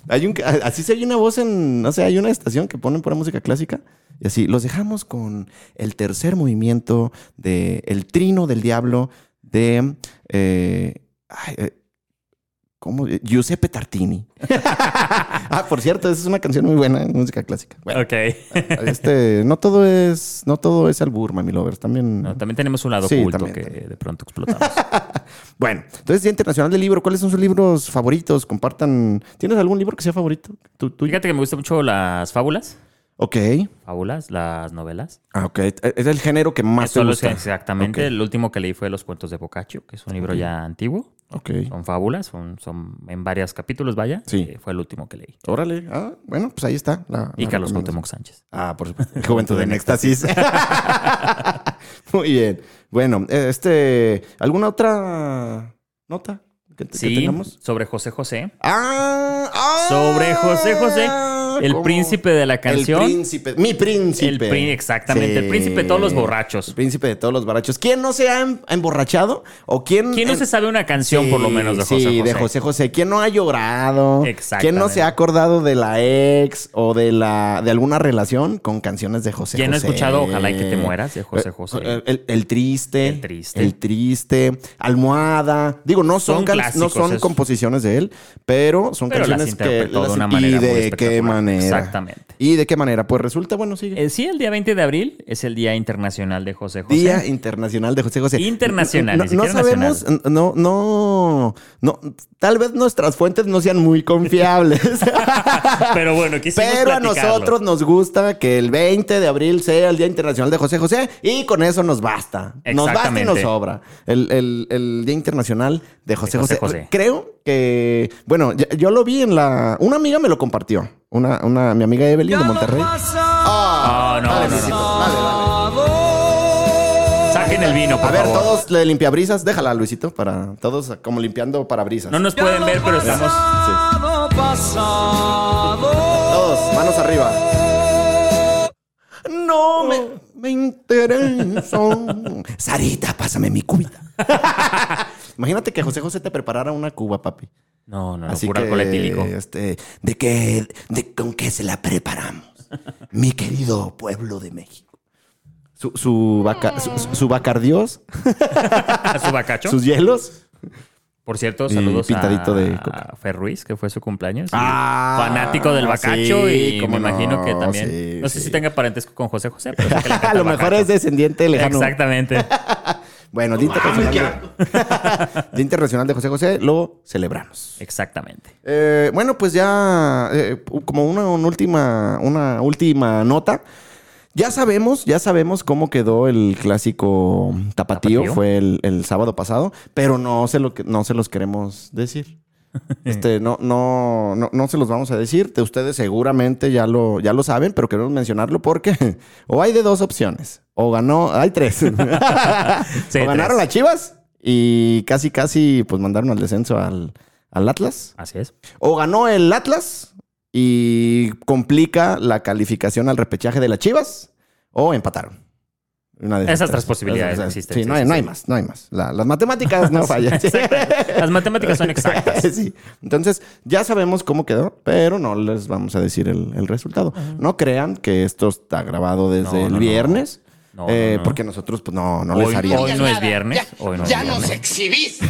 [SPEAKER 1] Hay un, así se oye una voz en, no sé, hay una estación que ponen pura música clásica y así. Los dejamos con el tercer movimiento de El Trino del Diablo de... eh, ay, eh, ¿cómo- ¿Cómo? Giuseppe Tartini. ah, por cierto, esa es una canción muy buena en música clásica. Bueno,
[SPEAKER 3] Ok.
[SPEAKER 1] este, no todo es, no todo es albur, mami lovers. También.
[SPEAKER 3] No, también tenemos un lado
[SPEAKER 1] Sí,
[SPEAKER 3] oculto
[SPEAKER 1] también,
[SPEAKER 3] que
[SPEAKER 1] también.
[SPEAKER 3] de pronto explotamos.
[SPEAKER 1] Bueno, entonces Día Internacional del Libro. ¿Cuáles son sus libros favoritos? Compartan. ¿Tienes algún libro que sea favorito? ¿Tú, tú?
[SPEAKER 3] Fíjate que me gustan mucho las fábulas.
[SPEAKER 1] Ok.
[SPEAKER 3] Fábulas, las novelas.
[SPEAKER 1] Ah, ok. Es el género que más
[SPEAKER 3] Eso
[SPEAKER 1] te
[SPEAKER 3] lo
[SPEAKER 1] gusta.
[SPEAKER 3] sé exactamente. El último que leí fue Los cuentos de Boccaccio, que es un libro ya antiguo.
[SPEAKER 1] Ok.
[SPEAKER 3] Son fábulas, son, son en varios capítulos, vaya.
[SPEAKER 1] Sí.
[SPEAKER 3] Eh, fue el último que leí.
[SPEAKER 1] Órale. Ah, bueno, pues ahí está. la-
[SPEAKER 3] Y
[SPEAKER 1] la
[SPEAKER 3] Carlos
[SPEAKER 1] recomendación.
[SPEAKER 3] Cuauhtémoc Sánchez.
[SPEAKER 1] Ah, por supuesto. Juventud en éxtasis. Muy bien. Bueno, eh, este, ¿alguna otra nota que, que
[SPEAKER 3] Sí,
[SPEAKER 1] tengamos?
[SPEAKER 3] sobre José José.
[SPEAKER 1] Ah, ah,
[SPEAKER 3] Sobre José José, el
[SPEAKER 1] ¿cómo?
[SPEAKER 3] príncipe de la canción.
[SPEAKER 1] El príncipe, mi príncipe.
[SPEAKER 3] El prín- exactamente, el príncipe de todos los borrachos.
[SPEAKER 1] El príncipe de todos los borrachos. ¿Quién no se ha em- emborrachado? ¿O quién?
[SPEAKER 3] ¿Quién no
[SPEAKER 1] en-
[SPEAKER 3] se sabe una canción, por lo
[SPEAKER 1] Sí,
[SPEAKER 3] menos, de José
[SPEAKER 1] sí,
[SPEAKER 3] José?
[SPEAKER 1] de José José. ¿Quién no ha llorado? ¿Quién
[SPEAKER 3] Exactamente.
[SPEAKER 1] no se ha acordado de la ex o de la de alguna relación con canciones de José
[SPEAKER 3] ¿Quién no ha
[SPEAKER 1] José?
[SPEAKER 3] escuchado Ojalá y que te mueras de José
[SPEAKER 1] Eh,
[SPEAKER 3] José?
[SPEAKER 1] eh, El, el triste.
[SPEAKER 3] El Triste.
[SPEAKER 1] El triste. Almohada. Digo, no son,
[SPEAKER 3] Son
[SPEAKER 1] can- no
[SPEAKER 3] clásicos,
[SPEAKER 1] son
[SPEAKER 3] es-
[SPEAKER 1] composiciones de él, pero son
[SPEAKER 3] Pero las
[SPEAKER 1] canciones que
[SPEAKER 3] interpretó de una
[SPEAKER 1] y
[SPEAKER 3] manera muy
[SPEAKER 1] de qué
[SPEAKER 3] espectacular.
[SPEAKER 1] manera.
[SPEAKER 3] Exactamente.
[SPEAKER 1] ¿Y de qué manera? Pues resulta, bueno, sigue.
[SPEAKER 3] Eh, sí, el día 20 de abril es el Día Internacional de José José.
[SPEAKER 1] Día Internacional de José José.
[SPEAKER 3] Internacional,
[SPEAKER 1] No,
[SPEAKER 3] ni
[SPEAKER 1] no
[SPEAKER 3] siquiera
[SPEAKER 1] sabemos, no, no, no, tal vez nuestras fuentes no sean muy confiables.
[SPEAKER 3] Pero bueno, quisimos
[SPEAKER 1] Pero a
[SPEAKER 3] platicarlo.
[SPEAKER 1] nosotros nos gusta que el 20 de abril sea el Día Internacional de José José y con eso nos basta. Nos basta y nos
[SPEAKER 3] Exactamente.
[SPEAKER 1] sobra. El, el- el Día Internacional de José
[SPEAKER 3] De
[SPEAKER 1] José.
[SPEAKER 3] José José.
[SPEAKER 1] Creo que, bueno, ya- yo lo vi en la... Una amiga me lo compartió. Una, una, mi amiga Evelyn de Monterrey.
[SPEAKER 3] Ah, no, no, no, no. Saquen el vino, por
[SPEAKER 1] A ver,
[SPEAKER 3] favor.
[SPEAKER 1] todos le limpiabrisas. Déjala, Luisito, para todos como limpiando parabrisas.
[SPEAKER 3] No nos pueden ver, pero estamos.
[SPEAKER 1] Sí. Todos, manos arriba. No me, me interesa. Sarita, pásame mi cubita. Imagínate que José José te preparara una cuba, papi.
[SPEAKER 3] No, no, no,
[SPEAKER 1] Así
[SPEAKER 3] pura
[SPEAKER 1] que,
[SPEAKER 3] alcohol etílico.
[SPEAKER 1] este, ¿de qué, de con qué se la preparamos? Mi querido pueblo de México. Su, su, vaca- su, su- su bacardios,
[SPEAKER 3] A su bacacho.
[SPEAKER 1] sus hielos.
[SPEAKER 3] Por cierto,
[SPEAKER 1] Y
[SPEAKER 3] saludos
[SPEAKER 1] pintadito
[SPEAKER 3] a,
[SPEAKER 1] de coca.
[SPEAKER 3] a Fer Ruiz, que fue su cumpleaños.
[SPEAKER 1] Ah,
[SPEAKER 3] fanático del bacacho
[SPEAKER 1] sí,
[SPEAKER 3] y
[SPEAKER 1] cómo
[SPEAKER 3] me imagino
[SPEAKER 1] no,
[SPEAKER 3] que también.
[SPEAKER 1] sí,
[SPEAKER 3] no sé
[SPEAKER 1] sí.
[SPEAKER 3] si tenga parentesco con José José, pero sé que le encanta
[SPEAKER 1] A lo
[SPEAKER 3] el
[SPEAKER 1] mejor
[SPEAKER 3] bacacho.
[SPEAKER 1] es descendiente lejano.
[SPEAKER 3] Exactamente.
[SPEAKER 1] Bueno, Día Internacional, de, Día Internacional de José José lo celebramos.
[SPEAKER 3] Exactamente.
[SPEAKER 1] Eh, bueno, pues ya eh, como una, una última, una última nota. Ya sabemos, ya sabemos cómo quedó el clásico tapatío.
[SPEAKER 3] Tapatío.
[SPEAKER 1] Fue el, el sábado pasado, pero no se, lo, que- no se los queremos decir. Este, no, no, no, no se los vamos a decir. De ustedes seguramente ya lo, ya lo saben, pero queremos mencionarlo porque o hay de dos opciones. O ganó, hay tres.
[SPEAKER 3] Sí,
[SPEAKER 1] o ganaron
[SPEAKER 3] tres.
[SPEAKER 1] las Chivas y casi, casi, pues mandaron al descenso al, al Atlas.
[SPEAKER 3] Así es.
[SPEAKER 1] O ganó el Atlas y complica la calificación al repechaje de las Chivas. O empataron. Una de
[SPEAKER 3] Esas tres posibilidades
[SPEAKER 1] Esas-
[SPEAKER 3] existen,
[SPEAKER 1] Sí,
[SPEAKER 3] sí,
[SPEAKER 1] no, hay,
[SPEAKER 3] sí,
[SPEAKER 1] no
[SPEAKER 3] sí.
[SPEAKER 1] hay más, no hay más. La- las matemáticas no fallan.
[SPEAKER 3] Las matemáticas son exactas.
[SPEAKER 1] Sí. Entonces, ya sabemos cómo quedó, pero no les vamos a decir el, el resultado. No crean que esto está grabado desde
[SPEAKER 3] No,
[SPEAKER 1] el
[SPEAKER 3] no, no.
[SPEAKER 1] viernes.
[SPEAKER 3] No,
[SPEAKER 1] eh,
[SPEAKER 3] no, no.
[SPEAKER 1] Porque nosotros, pues, no, no
[SPEAKER 3] Hoy-
[SPEAKER 1] les haríamos.
[SPEAKER 3] hoy no es viernes.
[SPEAKER 5] Ya,
[SPEAKER 3] Hoy no es
[SPEAKER 5] ya nos
[SPEAKER 3] viernes.
[SPEAKER 5] exhibiste.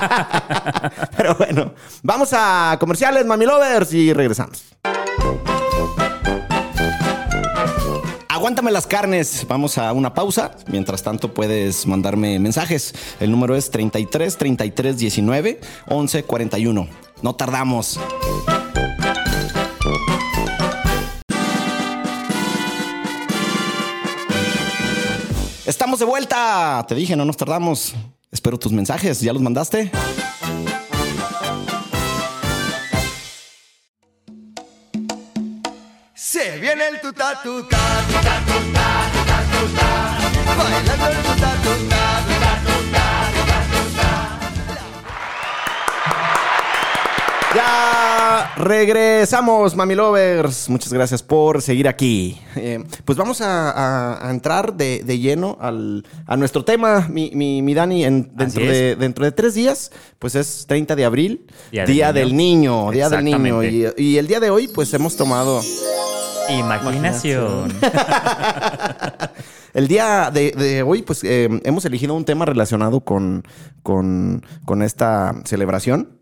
[SPEAKER 1] Pero bueno, vamos a comerciales, Mami Lovers, y regresamos. Aguántame las carnes. Vamos a una pausa. Mientras tanto, puedes mandarme mensajes. El número es 33 33 19 11 41. No tardamos. Estamos de vuelta. Te dije, no nos tardamos. Espero tus mensajes. ¿Ya los mandaste?
[SPEAKER 2] Se viene el tuta tuta, tuta tuta, tuta tuta, bailando el tuta tuta, tuta tuta, tuta
[SPEAKER 1] Ya regresamos, Mami Lovers. Muchas gracias por seguir aquí. Eh, pues vamos a, a- a entrar de, de lleno al, a nuestro tema, mi, mi- mi Dani, en- dentro,
[SPEAKER 3] Así es.
[SPEAKER 1] de, dentro de tres días, pues es 30 de abril, Día,
[SPEAKER 3] Día del
[SPEAKER 1] del Niño,
[SPEAKER 3] Niño.
[SPEAKER 1] Día del Niño. Y,
[SPEAKER 3] Exactamente.
[SPEAKER 1] y el día de hoy, pues hemos tomado
[SPEAKER 3] Imaginación.
[SPEAKER 1] El día de, de hoy, pues eh, hemos elegido un tema relacionado con, con, con esta celebración.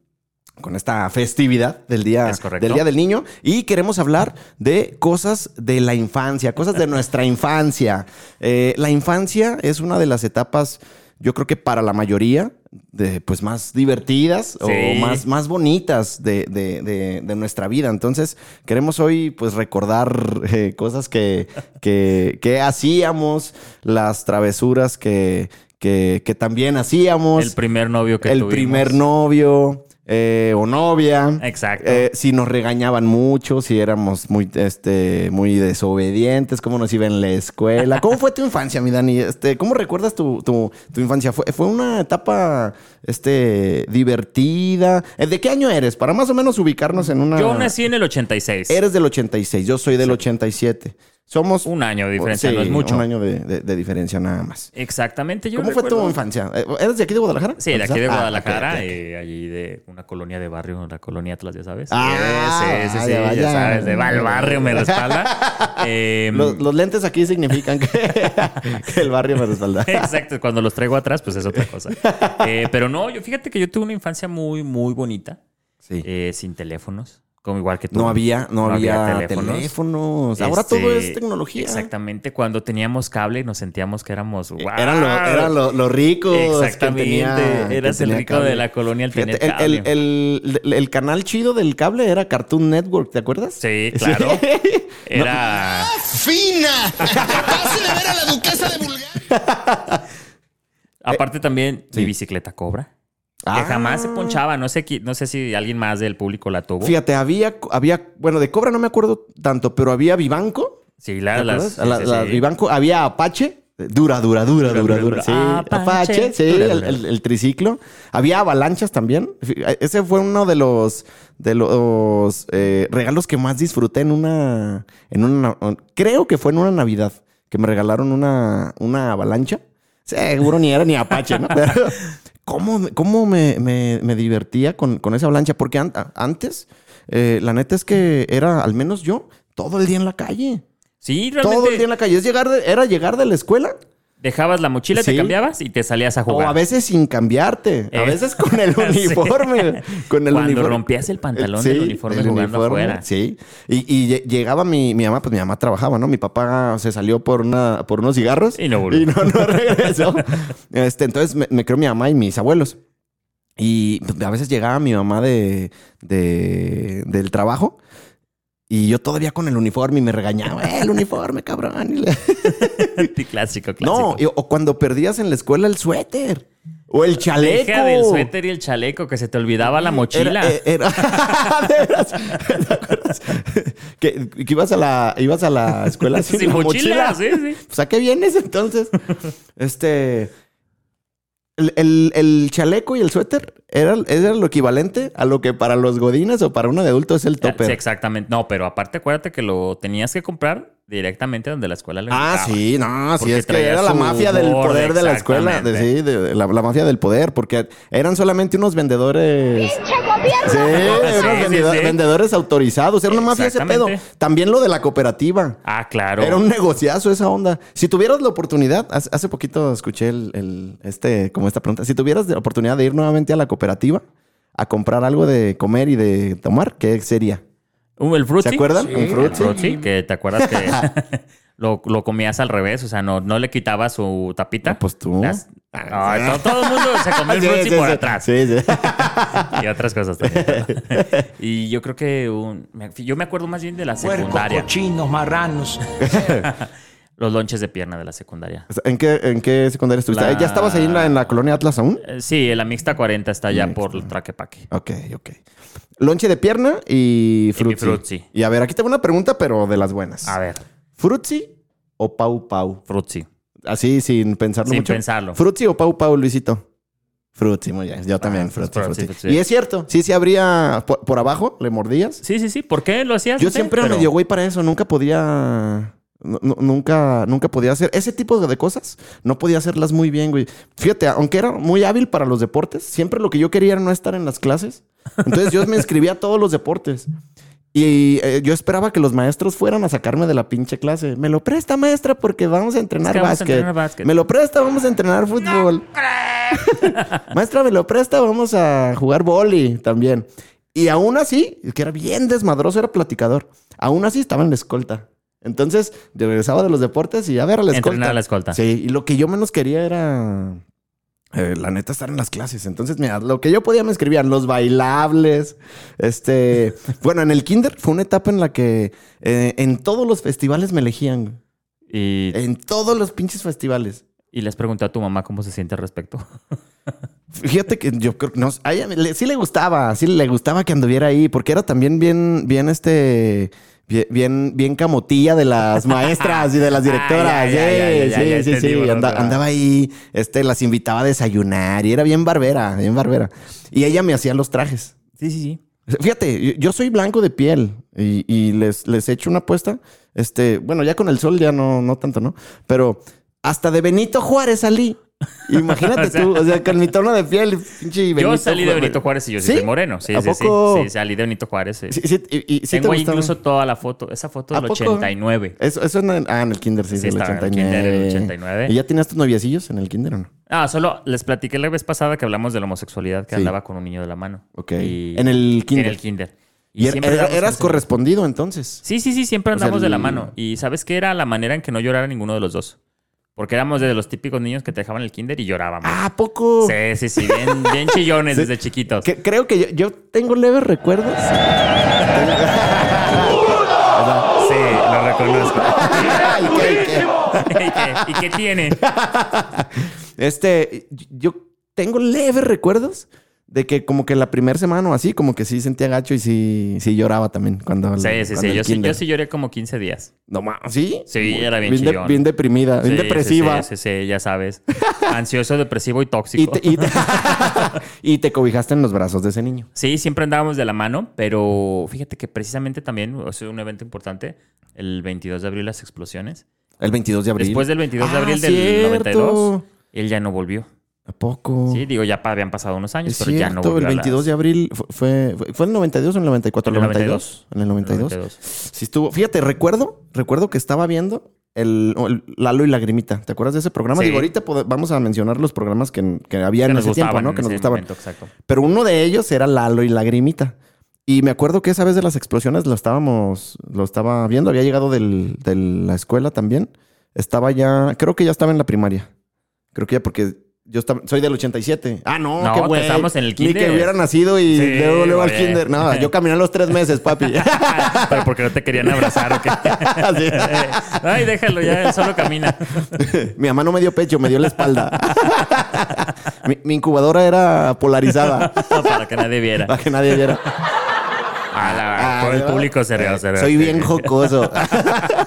[SPEAKER 1] con esta festividad del día,
[SPEAKER 3] Es correcto.
[SPEAKER 1] del día del niño y queremos hablar de cosas de la infancia, cosas de nuestra infancia. Eh, la infancia es una de las etapas, yo creo que para la mayoría, de, pues más divertidas o
[SPEAKER 3] Sí.
[SPEAKER 1] más, más bonitas de, de- de- de nuestra vida. Entonces queremos hoy pues recordar eh, cosas que, que, que hacíamos, las travesuras que, que, que también hacíamos
[SPEAKER 3] El primer novio que
[SPEAKER 1] el
[SPEAKER 3] tuvimos.
[SPEAKER 1] primer novio eh, o novia.
[SPEAKER 3] Exacto.
[SPEAKER 1] Eh, si nos regañaban mucho, si éramos muy, este, muy desobedientes, cómo nos iba en la escuela. ¿Cómo fue tu infancia, mi Dani? Este, ¿Cómo recuerdas tu, tu- tu infancia? ¿Fue, fue una etapa este, divertida? Eh, ¿De qué año eres? Para más o menos ubicarnos en una...
[SPEAKER 3] Yo nací en el 86.
[SPEAKER 1] Eres del 86, yo soy del 87. Somos...
[SPEAKER 3] Un año de diferencia,
[SPEAKER 1] Oh, Sí,
[SPEAKER 3] no es mucho.
[SPEAKER 1] Un año de, de- de diferencia nada más.
[SPEAKER 3] Exactamente. Yo
[SPEAKER 1] ¿Cómo fue tu
[SPEAKER 3] recuerdo-
[SPEAKER 1] infancia? Eh, ¿Eres de aquí de Guadalajara?
[SPEAKER 3] Sí, de aquí de
[SPEAKER 1] Ah, ok,
[SPEAKER 3] Guadalajara,
[SPEAKER 1] ok, ok.
[SPEAKER 3] eh, allí de una colonia de barrio, la colonia Atlas, ya sabes.
[SPEAKER 1] Ah,
[SPEAKER 3] sí, sí, sí,
[SPEAKER 1] vaya,
[SPEAKER 3] sí,
[SPEAKER 1] vaya.
[SPEAKER 3] ya sabes, de va al barrio, me respalda. Eh,
[SPEAKER 1] Los, los lentes aquí significan que, que el barrio me respalda.
[SPEAKER 3] Exacto, cuando los traigo atrás, pues es otra cosa. Eh, pero no, yo fíjate que yo tuve una infancia muy, muy bonita,
[SPEAKER 1] Sí.
[SPEAKER 3] eh, sin teléfonos, como igual que tú.
[SPEAKER 1] no había, no, había, teléfonos. Ahora
[SPEAKER 3] Este,
[SPEAKER 1] todo es tecnología.
[SPEAKER 3] Exactamente, cuando teníamos cable nos sentíamos que éramos
[SPEAKER 1] Eh,
[SPEAKER 3] wow.
[SPEAKER 1] Eran los eran lo- los ricos.
[SPEAKER 3] Exactamente,
[SPEAKER 1] que
[SPEAKER 3] eras
[SPEAKER 1] tenía
[SPEAKER 3] el rico
[SPEAKER 1] cable.
[SPEAKER 3] de la colonia al
[SPEAKER 1] Fíjate,
[SPEAKER 3] tener cable.
[SPEAKER 1] el, el- el- el canal chido del cable era Cartoon Network, ¿te acuerdas?
[SPEAKER 3] Sí, claro. Era.
[SPEAKER 1] eh,
[SPEAKER 5] ¡Fina! ¡Pasen a ver a la duquesa de Bulgaria!
[SPEAKER 3] Aparte también mi bicicleta cobra.
[SPEAKER 1] Ah.
[SPEAKER 3] Que jamás se ponchaba. No sé, qui- no sé si alguien más del público la tuvo.
[SPEAKER 1] Fíjate, había, había, bueno, de Cobra no me acuerdo tanto, pero había Vivanco.
[SPEAKER 3] Sí,
[SPEAKER 1] ¿Te
[SPEAKER 3] la,
[SPEAKER 1] acuerdas?
[SPEAKER 3] las.
[SPEAKER 1] A la-
[SPEAKER 3] sí, sí,
[SPEAKER 1] la-
[SPEAKER 3] sí.
[SPEAKER 1] y banco- había Apache. Dura, dura, dura, dura, dura.
[SPEAKER 3] dura, dura.
[SPEAKER 1] Sí,
[SPEAKER 3] Apache.
[SPEAKER 1] Apache, sí,
[SPEAKER 3] Dura,
[SPEAKER 1] el-
[SPEAKER 3] dura.
[SPEAKER 1] El, el triciclo. Había avalanchas también. Fí- Ese fue uno de los, de los eh, regalos que más disfruté en una, en una. Creo que fue en una Navidad que me regalaron una, una avalancha. Seguro ni era ni Apache, ¿no? Pero cómo, me- cómo me, me- me divertía con, con esa avalancha. Porque an- antes, eh, la neta es que era, al menos yo, todo el día en la calle.
[SPEAKER 3] Sí,
[SPEAKER 1] Todo el día
[SPEAKER 3] realmente.
[SPEAKER 1] en la calle. Es llegar de- era llegar de la escuela.
[SPEAKER 3] Dejabas la mochila,
[SPEAKER 1] Sí.
[SPEAKER 3] te cambiabas y te salías a
[SPEAKER 1] O
[SPEAKER 3] jugar.
[SPEAKER 1] a veces sin cambiarte. A
[SPEAKER 3] Eh.
[SPEAKER 1] veces con el
[SPEAKER 3] Sí.
[SPEAKER 1] uniforme. Con el
[SPEAKER 3] Cuando
[SPEAKER 1] uniforme.
[SPEAKER 3] rompías el pantalón
[SPEAKER 1] Sí,
[SPEAKER 3] del uniforme
[SPEAKER 1] el
[SPEAKER 3] jugando
[SPEAKER 1] uniforme,
[SPEAKER 3] afuera.
[SPEAKER 1] Sí. Y, y lle- llegaba mi, mi mamá, pues mi mamá trabajaba, ¿no? Mi papá se salió por, una, por unos cigarros.
[SPEAKER 3] Y no volvió.
[SPEAKER 1] Y no, no regresó. este, entonces me, me creó mi mamá y mis abuelos. Y a veces llegaba mi mamá de, de- del trabajo. Y yo todavía con el uniforme y me regañaba, "Eh, el uniforme, cabrón. Y le-
[SPEAKER 3] clásico,
[SPEAKER 1] No,
[SPEAKER 3] clásico.
[SPEAKER 1] y- o cuando perdías en la escuela el suéter. O el chaleco.
[SPEAKER 3] Deja del suéter y el chaleco que se te olvidaba la mochila.
[SPEAKER 1] Era- eh, era- de veras, ¿te acuerdas? que, que ibas a la, ibas a la escuela sin,
[SPEAKER 3] Sin
[SPEAKER 1] la mochila.
[SPEAKER 3] mochila, sí, sí.
[SPEAKER 1] Pues a qué vienes entonces. Este. El, el- el chaleco y el suéter era, era lo equivalente a lo que para los godines o para uno de adulto es el topper.
[SPEAKER 3] Sí, exactamente. No, pero aparte acuérdate que lo tenías que comprar directamente donde la escuela lo
[SPEAKER 1] Ah,
[SPEAKER 3] invitaba.
[SPEAKER 1] sí, no, sí,
[SPEAKER 3] Porque
[SPEAKER 1] es que
[SPEAKER 3] traía
[SPEAKER 1] era la
[SPEAKER 3] su
[SPEAKER 1] mafia del
[SPEAKER 3] borde,
[SPEAKER 1] poder de la escuela, de, sí,
[SPEAKER 3] exactamente.
[SPEAKER 1] de- la, la mafia del poder, porque eran solamente unos vendedores. Sí,
[SPEAKER 3] Sí,
[SPEAKER 1] unos
[SPEAKER 3] sí,
[SPEAKER 1] vendedo-
[SPEAKER 3] sí.
[SPEAKER 1] vendedores autorizados, era una mafia ese pedo.
[SPEAKER 3] Exactamente.
[SPEAKER 1] También lo de la cooperativa.
[SPEAKER 3] Ah, claro.
[SPEAKER 1] Era un negociazo esa onda. Si tuvieras la oportunidad, hace, hace poquito escuché el, el- este, como esta pregunta, si tuvieras la oportunidad de ir nuevamente a la cooperativa a comprar algo de comer y de tomar, ¿qué sería?
[SPEAKER 3] Un- Uh, el frutti.
[SPEAKER 1] ¿Se acuerdan? Un
[SPEAKER 3] el
[SPEAKER 1] frutti.
[SPEAKER 3] frutti, que te acuerdas que lo, lo comías al revés, o sea, no, no le quitabas su tapita.
[SPEAKER 1] No, pues tú.
[SPEAKER 3] Ay, to- todo el mundo se comió
[SPEAKER 1] Ah,
[SPEAKER 3] el
[SPEAKER 1] Sí,
[SPEAKER 3] frutti
[SPEAKER 1] sí,
[SPEAKER 3] por
[SPEAKER 1] sí.
[SPEAKER 3] atrás.
[SPEAKER 1] Sí, sí.
[SPEAKER 3] Y otras cosas también. y yo creo que un- me- yo me acuerdo más bien de la secundaria.
[SPEAKER 6] cochinos, marranos.
[SPEAKER 3] Los lonches de pierna de la secundaria.
[SPEAKER 1] O sea, ¿En qué, en qué secundaria estuviste? ¿Eh,
[SPEAKER 3] La-
[SPEAKER 1] ¿Ya estabas ahí en la, en la colonia Atlas aún?
[SPEAKER 3] Eh, Sí, en la mixta 40 está allá por el traquepaque.
[SPEAKER 1] Ok, ok. Lonche de pierna y frutzi.
[SPEAKER 3] frutzi.
[SPEAKER 1] Y a ver, aquí tengo una pregunta, pero de las buenas.
[SPEAKER 3] A ver,
[SPEAKER 1] ¿Frutzi o Pau Pau?
[SPEAKER 3] frutzi.
[SPEAKER 1] Así, sin pensarlo
[SPEAKER 3] Sin
[SPEAKER 1] mucho.
[SPEAKER 3] pensarlo.
[SPEAKER 1] ¿Frutzi o Pau Pau, Luisito? Frutzi, muy bien. Yo también,
[SPEAKER 3] pues,
[SPEAKER 1] frutzi,
[SPEAKER 3] frutzi,
[SPEAKER 1] frutzi.
[SPEAKER 3] frutzi.
[SPEAKER 1] Y es cierto, sí, sí habría por, por abajo, le mordías.
[SPEAKER 3] Sí, sí, sí. ¿Por qué lo hacías?
[SPEAKER 1] Yo
[SPEAKER 3] No sé,
[SPEAKER 1] siempre
[SPEAKER 3] pero-
[SPEAKER 1] me dio güey para eso, nunca podía... nu- nu- nunca, nunca podía hacer ese tipo de cosas. No podía hacerlas muy bien, güey. Fíjate, aunque era muy hábil para los deportes, siempre lo que yo quería era no estar en las clases. Entonces yo me inscribía a todos los deportes. Y eh, yo esperaba que los maestros fueran a sacarme de la pinche clase. Me lo presta, maestra, porque vamos a entrenar,
[SPEAKER 3] Es que vamos a
[SPEAKER 1] básquet.
[SPEAKER 3] entrenar básquet.
[SPEAKER 1] Me lo presta, vamos a entrenar fútbol. maestra, me lo presta, vamos a jugar boli también. Y aún así, el que era bien desmadroso, era platicador. Aún así estaba en la escolta. Entonces, yo regresaba de los deportes y a ver a la escolta.
[SPEAKER 3] Entrenar a la escolta.
[SPEAKER 1] Sí, y lo que yo menos quería era, eh, la neta, estar en las clases. Entonces, mira, lo que yo podía me escribían los bailables. Este, bueno, en el kinder fue una etapa en la que eh, en todos los festivales me elegían.
[SPEAKER 3] Y,
[SPEAKER 1] En todos los pinches festivales.
[SPEAKER 3] y les pregunté a tu mamá cómo se siente al respecto.
[SPEAKER 1] Fíjate que yo creo que no, a ella le- sí le gustaba, sí le gustaba que anduviera ahí, porque era también bien, bien este, bien, bien, bien camotilla de las maestras y de
[SPEAKER 3] Ah,
[SPEAKER 1] las directoras.
[SPEAKER 3] Ay, ay, ay, ay,
[SPEAKER 1] Sí,
[SPEAKER 3] ay, ay,
[SPEAKER 1] sí, sí,
[SPEAKER 3] entendí
[SPEAKER 1] sí,
[SPEAKER 3] por dónde
[SPEAKER 1] anda-
[SPEAKER 3] va.
[SPEAKER 1] andaba ahí, este, las invitaba a desayunar y era bien barbera, bien barbera. Y ella me hacía los trajes.
[SPEAKER 3] Sí, sí, sí.
[SPEAKER 1] Fíjate, yo- yo soy blanco de piel y, y les, les echo una apuesta. Este, bueno, ya con el sol ya no, no tanto, ¿no? Pero hasta de Benito Juárez salí. Imagínate tú, o sea, con mi tono de piel, pinche
[SPEAKER 3] Yo
[SPEAKER 1] Benito
[SPEAKER 3] salí de
[SPEAKER 1] Juárez.
[SPEAKER 3] Benito Juárez y yo sí
[SPEAKER 1] ¿Sí?
[SPEAKER 3] soy moreno. Sí,
[SPEAKER 1] ¿A
[SPEAKER 3] sí, sí.
[SPEAKER 1] poco?
[SPEAKER 3] Sí, salí de Benito Juárez. sí.
[SPEAKER 1] Sí, sí, y, y sí te
[SPEAKER 3] Tengo ahí
[SPEAKER 1] gustaba.
[SPEAKER 3] incluso toda la foto. Esa foto
[SPEAKER 1] ¿A
[SPEAKER 3] del
[SPEAKER 1] poco?
[SPEAKER 3] 89.
[SPEAKER 1] Eso, eso en el, ah, en el kinder, sí,
[SPEAKER 3] Sí,
[SPEAKER 1] del
[SPEAKER 3] estaba en el
[SPEAKER 1] 89.
[SPEAKER 3] kinder del 89.
[SPEAKER 1] ¿Y ya tenías tus noviecillos en el kinder o no?
[SPEAKER 3] Ah, solo les platiqué la vez pasada que hablamos de la homosexualidad, que
[SPEAKER 1] Sí.
[SPEAKER 3] andaba con un niño de la mano.
[SPEAKER 1] Ok.
[SPEAKER 3] Y-
[SPEAKER 1] En el kinder.
[SPEAKER 3] En el kinder.
[SPEAKER 1] Y, er-
[SPEAKER 3] siempre
[SPEAKER 1] er-
[SPEAKER 3] andábamos
[SPEAKER 1] eras
[SPEAKER 3] con-
[SPEAKER 1] correspondido entonces.
[SPEAKER 3] Sí, sí, sí, siempre
[SPEAKER 1] O sea,
[SPEAKER 3] andamos de la
[SPEAKER 1] el-
[SPEAKER 3] mano. Y ¿sabes qué? Era la manera en que no llorara ninguno de los dos. Porque éramos de los típicos niños que te dejaban en el kinder y llorábamos.
[SPEAKER 1] Ah, ¿a poco?
[SPEAKER 3] Sí, sí, sí, bien, bien chillones desde chiquitos.
[SPEAKER 1] Que- creo que yo, yo tengo leves recuerdos.
[SPEAKER 3] Sí, lo reconozco.
[SPEAKER 1] Ay, qué- qué-
[SPEAKER 3] ¿Y qué, y qué tiene?
[SPEAKER 1] Este, yo tengo leves recuerdos de que como que la primera semana o así, como que sí sentía gacho y sí, sí lloraba también cuando...
[SPEAKER 3] Sí, sí,
[SPEAKER 1] cuando
[SPEAKER 3] sí.
[SPEAKER 1] el
[SPEAKER 3] Yo sí, yo
[SPEAKER 1] kinder.
[SPEAKER 3] sí lloré como 15 días.
[SPEAKER 1] No ma- ¿sí?
[SPEAKER 3] Sí, era bien
[SPEAKER 1] de-
[SPEAKER 3] chillón.
[SPEAKER 1] bien deprimida, bien
[SPEAKER 3] Sí, sí,
[SPEAKER 1] depresiva.
[SPEAKER 3] Sí, sí, sí, ya sabes. Ansioso, depresivo y
[SPEAKER 1] Y
[SPEAKER 3] tóxico.
[SPEAKER 1] te, y te- y te cobijaste en los brazos de ese niño.
[SPEAKER 3] Sí, siempre andábamos de la mano, pero fíjate que precisamente también, o sea, un evento importante, el 22 de abril las explosiones.
[SPEAKER 1] El 22 de abril.
[SPEAKER 3] Después del 22 de
[SPEAKER 1] Ah,
[SPEAKER 3] abril del
[SPEAKER 1] cierto.
[SPEAKER 3] 92, él ya no volvió.
[SPEAKER 1] ¿A poco?
[SPEAKER 3] Sí, digo, ya pa- habían pasado unos años,
[SPEAKER 1] Es
[SPEAKER 3] pero ya no
[SPEAKER 1] cierto,
[SPEAKER 3] volvió.
[SPEAKER 1] el
[SPEAKER 3] a las-
[SPEAKER 1] 22 de abril fu- fue, fue, fue el 92 o el 94,
[SPEAKER 3] ¿En el 92?
[SPEAKER 1] En el 92.
[SPEAKER 3] 92.
[SPEAKER 1] Sí estuvo. Fíjate, recuerdo, recuerdo que estaba viendo el, el Lalo y Lagrimita. ¿Te acuerdas de ese programa?
[SPEAKER 3] Sí.
[SPEAKER 1] Digo, ahorita pod- vamos a mencionar los programas que, que había
[SPEAKER 3] Que
[SPEAKER 1] en
[SPEAKER 3] nos
[SPEAKER 1] ese tiempo,
[SPEAKER 3] gustaban.
[SPEAKER 1] ¿no? Que
[SPEAKER 3] en
[SPEAKER 1] nos
[SPEAKER 3] ese
[SPEAKER 1] gustaban.
[SPEAKER 3] momento, exacto.
[SPEAKER 1] Pero uno de ellos era Lalo y Lagrimita. Y me acuerdo que esa vez de las explosiones lo estábamos, lo estaba viendo. Había llegado del- de la escuela también. Estaba ya, creo que ya estaba en la primaria. Creo que ya porque yo estaba, soy del 87. Ah, no,
[SPEAKER 3] No,
[SPEAKER 1] qué
[SPEAKER 3] te
[SPEAKER 1] güey.
[SPEAKER 3] estábamos en el
[SPEAKER 1] Ni que
[SPEAKER 3] kinder.
[SPEAKER 1] hubiera nacido y
[SPEAKER 3] Sí,
[SPEAKER 1] luego, luego al
[SPEAKER 3] güey.
[SPEAKER 1] kinder. Nada, yo caminé a los tres meses, papi.
[SPEAKER 3] pero porque no te querían abrazar o qué.
[SPEAKER 1] Así.
[SPEAKER 3] Ay, déjalo, ya él solo camina.
[SPEAKER 1] Mi mamá no me dio pecho, me dio la espalda. mi, mi incubadora era polarizada
[SPEAKER 3] Para que nadie viera.
[SPEAKER 1] para que nadie viera.
[SPEAKER 3] A la- por el
[SPEAKER 1] Ah, ¿verdad?
[SPEAKER 3] público se rió,
[SPEAKER 1] Eh,
[SPEAKER 3] se rió.
[SPEAKER 1] Soy bien jocoso.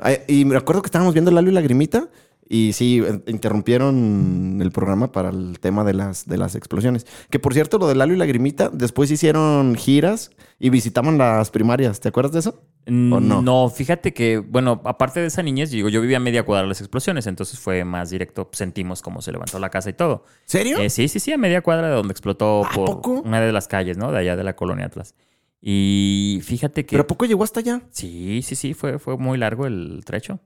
[SPEAKER 1] Ay, y me acuerdo que estábamos viendo Lalo y Lagrimita. Y sí, eh, interrumpieron el programa para el tema de las, de las explosiones. Que por cierto, lo de Lalo y Lagrimita, después hicieron giras y visitaban las primarias. ¿Te acuerdas de eso? ¿O no?
[SPEAKER 3] Mm, No, fíjate que, bueno, aparte de esa niñez, digo, yo vivía a media cuadra de las explosiones, entonces fue más directo, sentimos cómo se levantó la casa y todo.
[SPEAKER 1] ¿Serio?
[SPEAKER 3] Eh, sí, sí, sí, a media cuadra de donde explotó
[SPEAKER 1] ¿A
[SPEAKER 3] por
[SPEAKER 1] poco?
[SPEAKER 3] una de las calles, ¿no? De allá de la colonia Atlas. Y fíjate que...
[SPEAKER 1] ¿Pero a poco llegó hasta allá?
[SPEAKER 3] sí, sí, sí, fue, fue muy largo el trecho.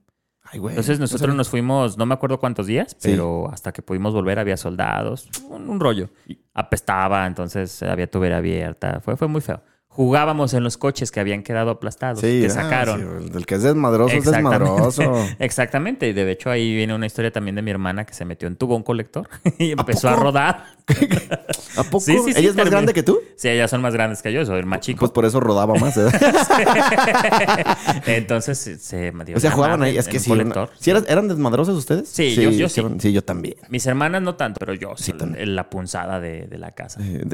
[SPEAKER 1] Ay, güey.
[SPEAKER 3] Entonces
[SPEAKER 1] no
[SPEAKER 3] nosotros nos fuimos, no me acuerdo cuántos días,
[SPEAKER 1] Sí.
[SPEAKER 3] pero hasta que pudimos volver había soldados, un, un rollo. Apestaba, entonces había tubería abierta, fue, fue muy feo. Jugábamos en los coches que habían quedado aplastados,
[SPEAKER 1] Sí,
[SPEAKER 3] que
[SPEAKER 1] ah,
[SPEAKER 3] sacaron.
[SPEAKER 1] sí, el del que es desmadroso es desmadroso.
[SPEAKER 3] Exactamente. Y de hecho ahí viene una historia también de mi hermana que se metió en tubo un colector y empezó a,
[SPEAKER 1] poco?
[SPEAKER 3] rodar.
[SPEAKER 1] ¿A poco?
[SPEAKER 3] Sí, sí, sí,
[SPEAKER 1] ¿Ella es más
[SPEAKER 3] terminé.
[SPEAKER 1] grande que tú?
[SPEAKER 3] Sí, ellas son más grandes que yo, soy el más chico.
[SPEAKER 1] Pues por eso rodaba más. ¿eh?
[SPEAKER 3] Entonces se- se metió
[SPEAKER 1] Pues, o sea,
[SPEAKER 3] en la
[SPEAKER 1] jugaban
[SPEAKER 3] madre
[SPEAKER 1] ahí. Es
[SPEAKER 3] en
[SPEAKER 1] que
[SPEAKER 3] un
[SPEAKER 1] sí.
[SPEAKER 3] colector.
[SPEAKER 1] ¿sí eras- ¿Eran desmadrosos ustedes?
[SPEAKER 3] Sí, yo- yo sí.
[SPEAKER 1] eran- Sí, yo también.
[SPEAKER 3] Mis hermanas no tanto, pero yo, sí,
[SPEAKER 1] también.
[SPEAKER 3] la punzada de, de la casa.
[SPEAKER 1] Eh,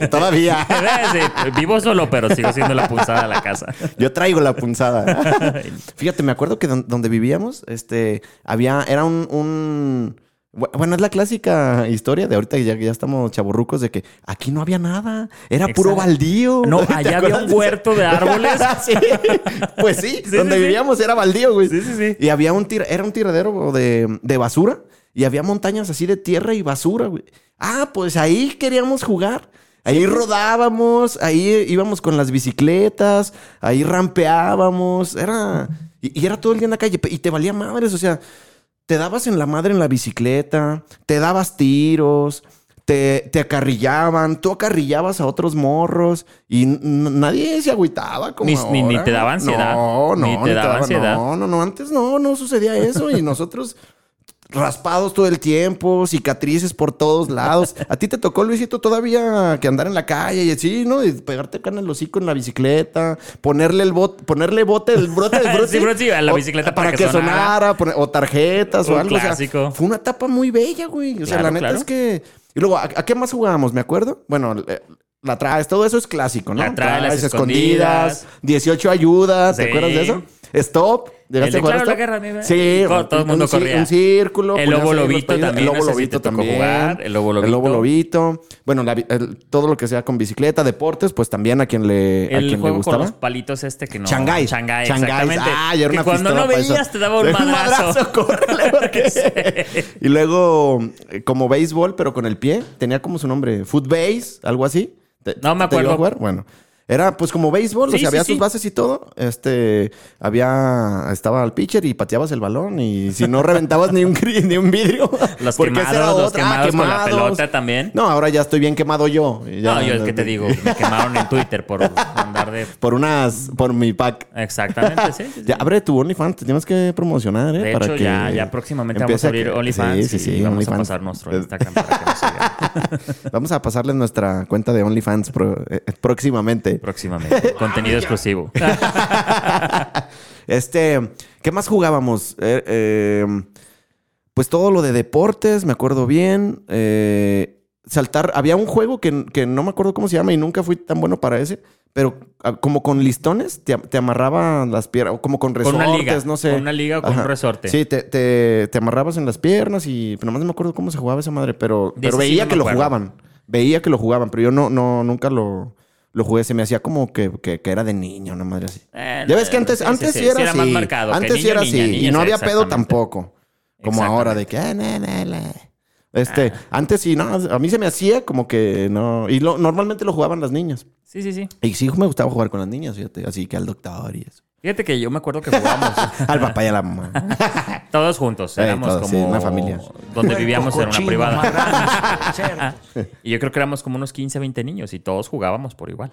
[SPEAKER 1] de- Todavía.
[SPEAKER 3] Sí, vivo solo, pero sigo siendo la punzada de la casa.
[SPEAKER 1] Yo traigo la punzada. Fíjate, me acuerdo que don- donde vivíamos, este, había, era un, un- bu- Bueno, es la clásica historia de ahorita que ya, que ya estamos chaborrucos de que aquí no había nada. Era puro
[SPEAKER 3] Exacto.
[SPEAKER 1] baldío.
[SPEAKER 3] No,
[SPEAKER 1] ¿Te
[SPEAKER 3] allá había
[SPEAKER 1] acuerdas
[SPEAKER 3] un
[SPEAKER 1] de
[SPEAKER 3] huerto de árboles.
[SPEAKER 1] Sí. Pues sí,
[SPEAKER 3] Sí,
[SPEAKER 1] donde
[SPEAKER 3] sí, sí.
[SPEAKER 1] vivíamos era baldío, güey.
[SPEAKER 3] Sí, sí, sí.
[SPEAKER 1] Y había un tir era un tiradero de, de basura y había montañas así de tierra y basura, güey. Ah, pues ahí queríamos jugar. Ahí rodábamos, ahí íbamos con las bicicletas, ahí rampeábamos, era... Y, y era todo el día en la calle, pe- y te valía madres, o sea, te dabas en la madre en la bicicleta, te dabas tiros, te, te acarrillaban, tú acarrillabas a otros morros, y n- n- nadie se agüitaba como
[SPEAKER 3] Ni- ni- ni
[SPEAKER 1] ahora.
[SPEAKER 3] te daba ansiedad.
[SPEAKER 1] No, no,
[SPEAKER 3] Ni te daba ansiedad.
[SPEAKER 1] No, no, no, antes no, no sucedía eso, y nosotros raspados todo el tiempo, cicatrices por todos lados. A ti te tocó, Luisito, todavía que andar en la calle y así, ¿no? Y pegarte acá en el hocico en la bicicleta, ponerle el bot, ponerle bote, el brote del brote.
[SPEAKER 3] Sí, brote, sí, a la bicicleta para que sonara.
[SPEAKER 1] pone- o tarjetas o
[SPEAKER 3] Un
[SPEAKER 1] algo. o sea,
[SPEAKER 3] clásico.
[SPEAKER 1] fue una etapa muy bella, güey. O sea,
[SPEAKER 3] Claro,
[SPEAKER 1] la neta
[SPEAKER 3] claro.
[SPEAKER 1] es que. Y luego, ¿a, a qué más jugábamos? ¿Me acuerdo? Bueno, eh, la traes, todo eso es clásico, ¿no?
[SPEAKER 3] La traes, las
[SPEAKER 1] 18 ayudas, ¿te
[SPEAKER 3] Sí.
[SPEAKER 1] acuerdas de eso? Stop.
[SPEAKER 3] El de
[SPEAKER 1] a jugar
[SPEAKER 3] Claro la
[SPEAKER 1] stop?
[SPEAKER 3] Guerra, mi bebé.
[SPEAKER 1] Sí,
[SPEAKER 3] Y co- todo el
[SPEAKER 1] un-
[SPEAKER 3] mundo
[SPEAKER 1] un ci-
[SPEAKER 3] corría.
[SPEAKER 1] Un círculo.
[SPEAKER 3] El
[SPEAKER 1] ponías
[SPEAKER 3] lobo
[SPEAKER 1] ahí los
[SPEAKER 3] lobito
[SPEAKER 1] payitos.
[SPEAKER 3] también,
[SPEAKER 1] El
[SPEAKER 3] no
[SPEAKER 1] lobo
[SPEAKER 3] sé si
[SPEAKER 1] lobito
[SPEAKER 3] te tocó
[SPEAKER 1] también.
[SPEAKER 3] jugar, el lobo
[SPEAKER 1] El lobo
[SPEAKER 3] lobito.
[SPEAKER 1] lobito. Bueno, la bi- el- todo lo que sea con bicicleta, deportes, pues también a quien le, a
[SPEAKER 3] El
[SPEAKER 1] quien le
[SPEAKER 3] juego con los
[SPEAKER 1] gustaba.
[SPEAKER 3] palitos este que no.
[SPEAKER 1] Changáis.
[SPEAKER 3] Changáis,
[SPEAKER 1] Changáis.
[SPEAKER 3] exactamente.
[SPEAKER 1] Ah, ya era
[SPEAKER 3] que
[SPEAKER 1] una
[SPEAKER 3] cuando
[SPEAKER 1] pistola
[SPEAKER 3] no
[SPEAKER 1] para
[SPEAKER 3] veías
[SPEAKER 1] eso.
[SPEAKER 3] te daba un
[SPEAKER 1] Un
[SPEAKER 3] madrazo.
[SPEAKER 1] madrazo, córrele, porque- Y luego, eh, como béisbol, pero con el pie, tenía como su nombre, footbase, algo así. ¿Te-
[SPEAKER 3] No me
[SPEAKER 1] te llegó a
[SPEAKER 3] acuerdo.
[SPEAKER 1] jugar? Bueno. Era pues como béisbol,
[SPEAKER 3] Sí,
[SPEAKER 1] o sea,
[SPEAKER 3] sí,
[SPEAKER 1] había
[SPEAKER 3] sí.
[SPEAKER 1] sus bases y todo. Este, había, estaba el pitcher y pateabas el balón y si no reventabas ni un, cri- ni un vidrio.
[SPEAKER 3] Los
[SPEAKER 1] porque esa era
[SPEAKER 3] quemados, los
[SPEAKER 1] otra. Ah,
[SPEAKER 3] quemados con la pelota también.
[SPEAKER 1] No, ahora ya estoy bien quemado yo. Ya-
[SPEAKER 3] No, yo es que te digo, me quemaron en Twitter por andar de.
[SPEAKER 1] Por unas, por mi pack.
[SPEAKER 3] Exactamente, sí. sí, sí.
[SPEAKER 1] Ya, abre tu OnlyFans, te tienes que promocionar, ¿eh?
[SPEAKER 3] De hecho, ya, ya próximamente vamos
[SPEAKER 1] empiece
[SPEAKER 3] a abrir
[SPEAKER 1] que-
[SPEAKER 3] OnlyFans
[SPEAKER 1] Sí, sí, sí,
[SPEAKER 3] y vamos
[SPEAKER 1] OnlyFans. Eh,
[SPEAKER 3] a pasar nuestro Instagram para que nos sigan
[SPEAKER 1] Vamos a pasarles nuestra cuenta de OnlyFans pro- eh, eh, próximamente.
[SPEAKER 3] próximamente. Contenido exclusivo.
[SPEAKER 1] Este, ¿qué más jugábamos? Eh, eh, pues todo lo de deportes, me acuerdo bien. Eh, saltar, había un juego que, que no me acuerdo cómo se llama y nunca fui tan bueno para ese, pero ah, como con listones te, am- te amarraban las piernas, o como con
[SPEAKER 3] Con
[SPEAKER 1] resortes,
[SPEAKER 3] una liga,
[SPEAKER 1] no sé.
[SPEAKER 3] con una liga o con un resorte.
[SPEAKER 1] Sí, te, te- te amarrabas en las piernas y pues, nomás no me acuerdo cómo se jugaba esa madre, pero,
[SPEAKER 3] De
[SPEAKER 1] pero
[SPEAKER 3] ese sí
[SPEAKER 1] veía
[SPEAKER 3] no me
[SPEAKER 1] que lo
[SPEAKER 3] acuerdo.
[SPEAKER 1] jugaban. Veía que lo jugaban, pero yo no, no, nunca lo, lo jugué. Se me hacía como que, que, que era de niño, una madre así.
[SPEAKER 3] Eh,
[SPEAKER 1] ya ves que
[SPEAKER 3] no,
[SPEAKER 1] antes,
[SPEAKER 3] sí,
[SPEAKER 1] antes sí,
[SPEAKER 3] sí, sí,
[SPEAKER 1] era
[SPEAKER 3] sí era más
[SPEAKER 1] así.
[SPEAKER 3] marcado, que
[SPEAKER 1] antes sí
[SPEAKER 3] niño,
[SPEAKER 1] era
[SPEAKER 3] niña,
[SPEAKER 1] así.
[SPEAKER 3] niña,
[SPEAKER 1] y no
[SPEAKER 3] sí,
[SPEAKER 1] había pedo
[SPEAKER 3] exactamente.
[SPEAKER 1] tampoco. Como ahora de que... "Ah, na, na, na". Este,
[SPEAKER 3] Ah.
[SPEAKER 1] antes sí, no, a mí se me hacía como que no. Y lo- normalmente lo jugaban las niñas.
[SPEAKER 3] Sí, sí, sí.
[SPEAKER 1] Y sí me gustaba jugar con las niñas, fíjate. Así que al doctor y eso.
[SPEAKER 3] Fíjate que yo me acuerdo que jugábamos
[SPEAKER 1] Al papá y a la mamá.
[SPEAKER 3] todos juntos.
[SPEAKER 1] Sí,
[SPEAKER 3] Éramos
[SPEAKER 1] todos, sí,
[SPEAKER 3] como
[SPEAKER 1] una familia.
[SPEAKER 3] Donde vivíamos en una privada. y yo creo que éramos como unos 15, 20 niños y todos jugábamos por igual.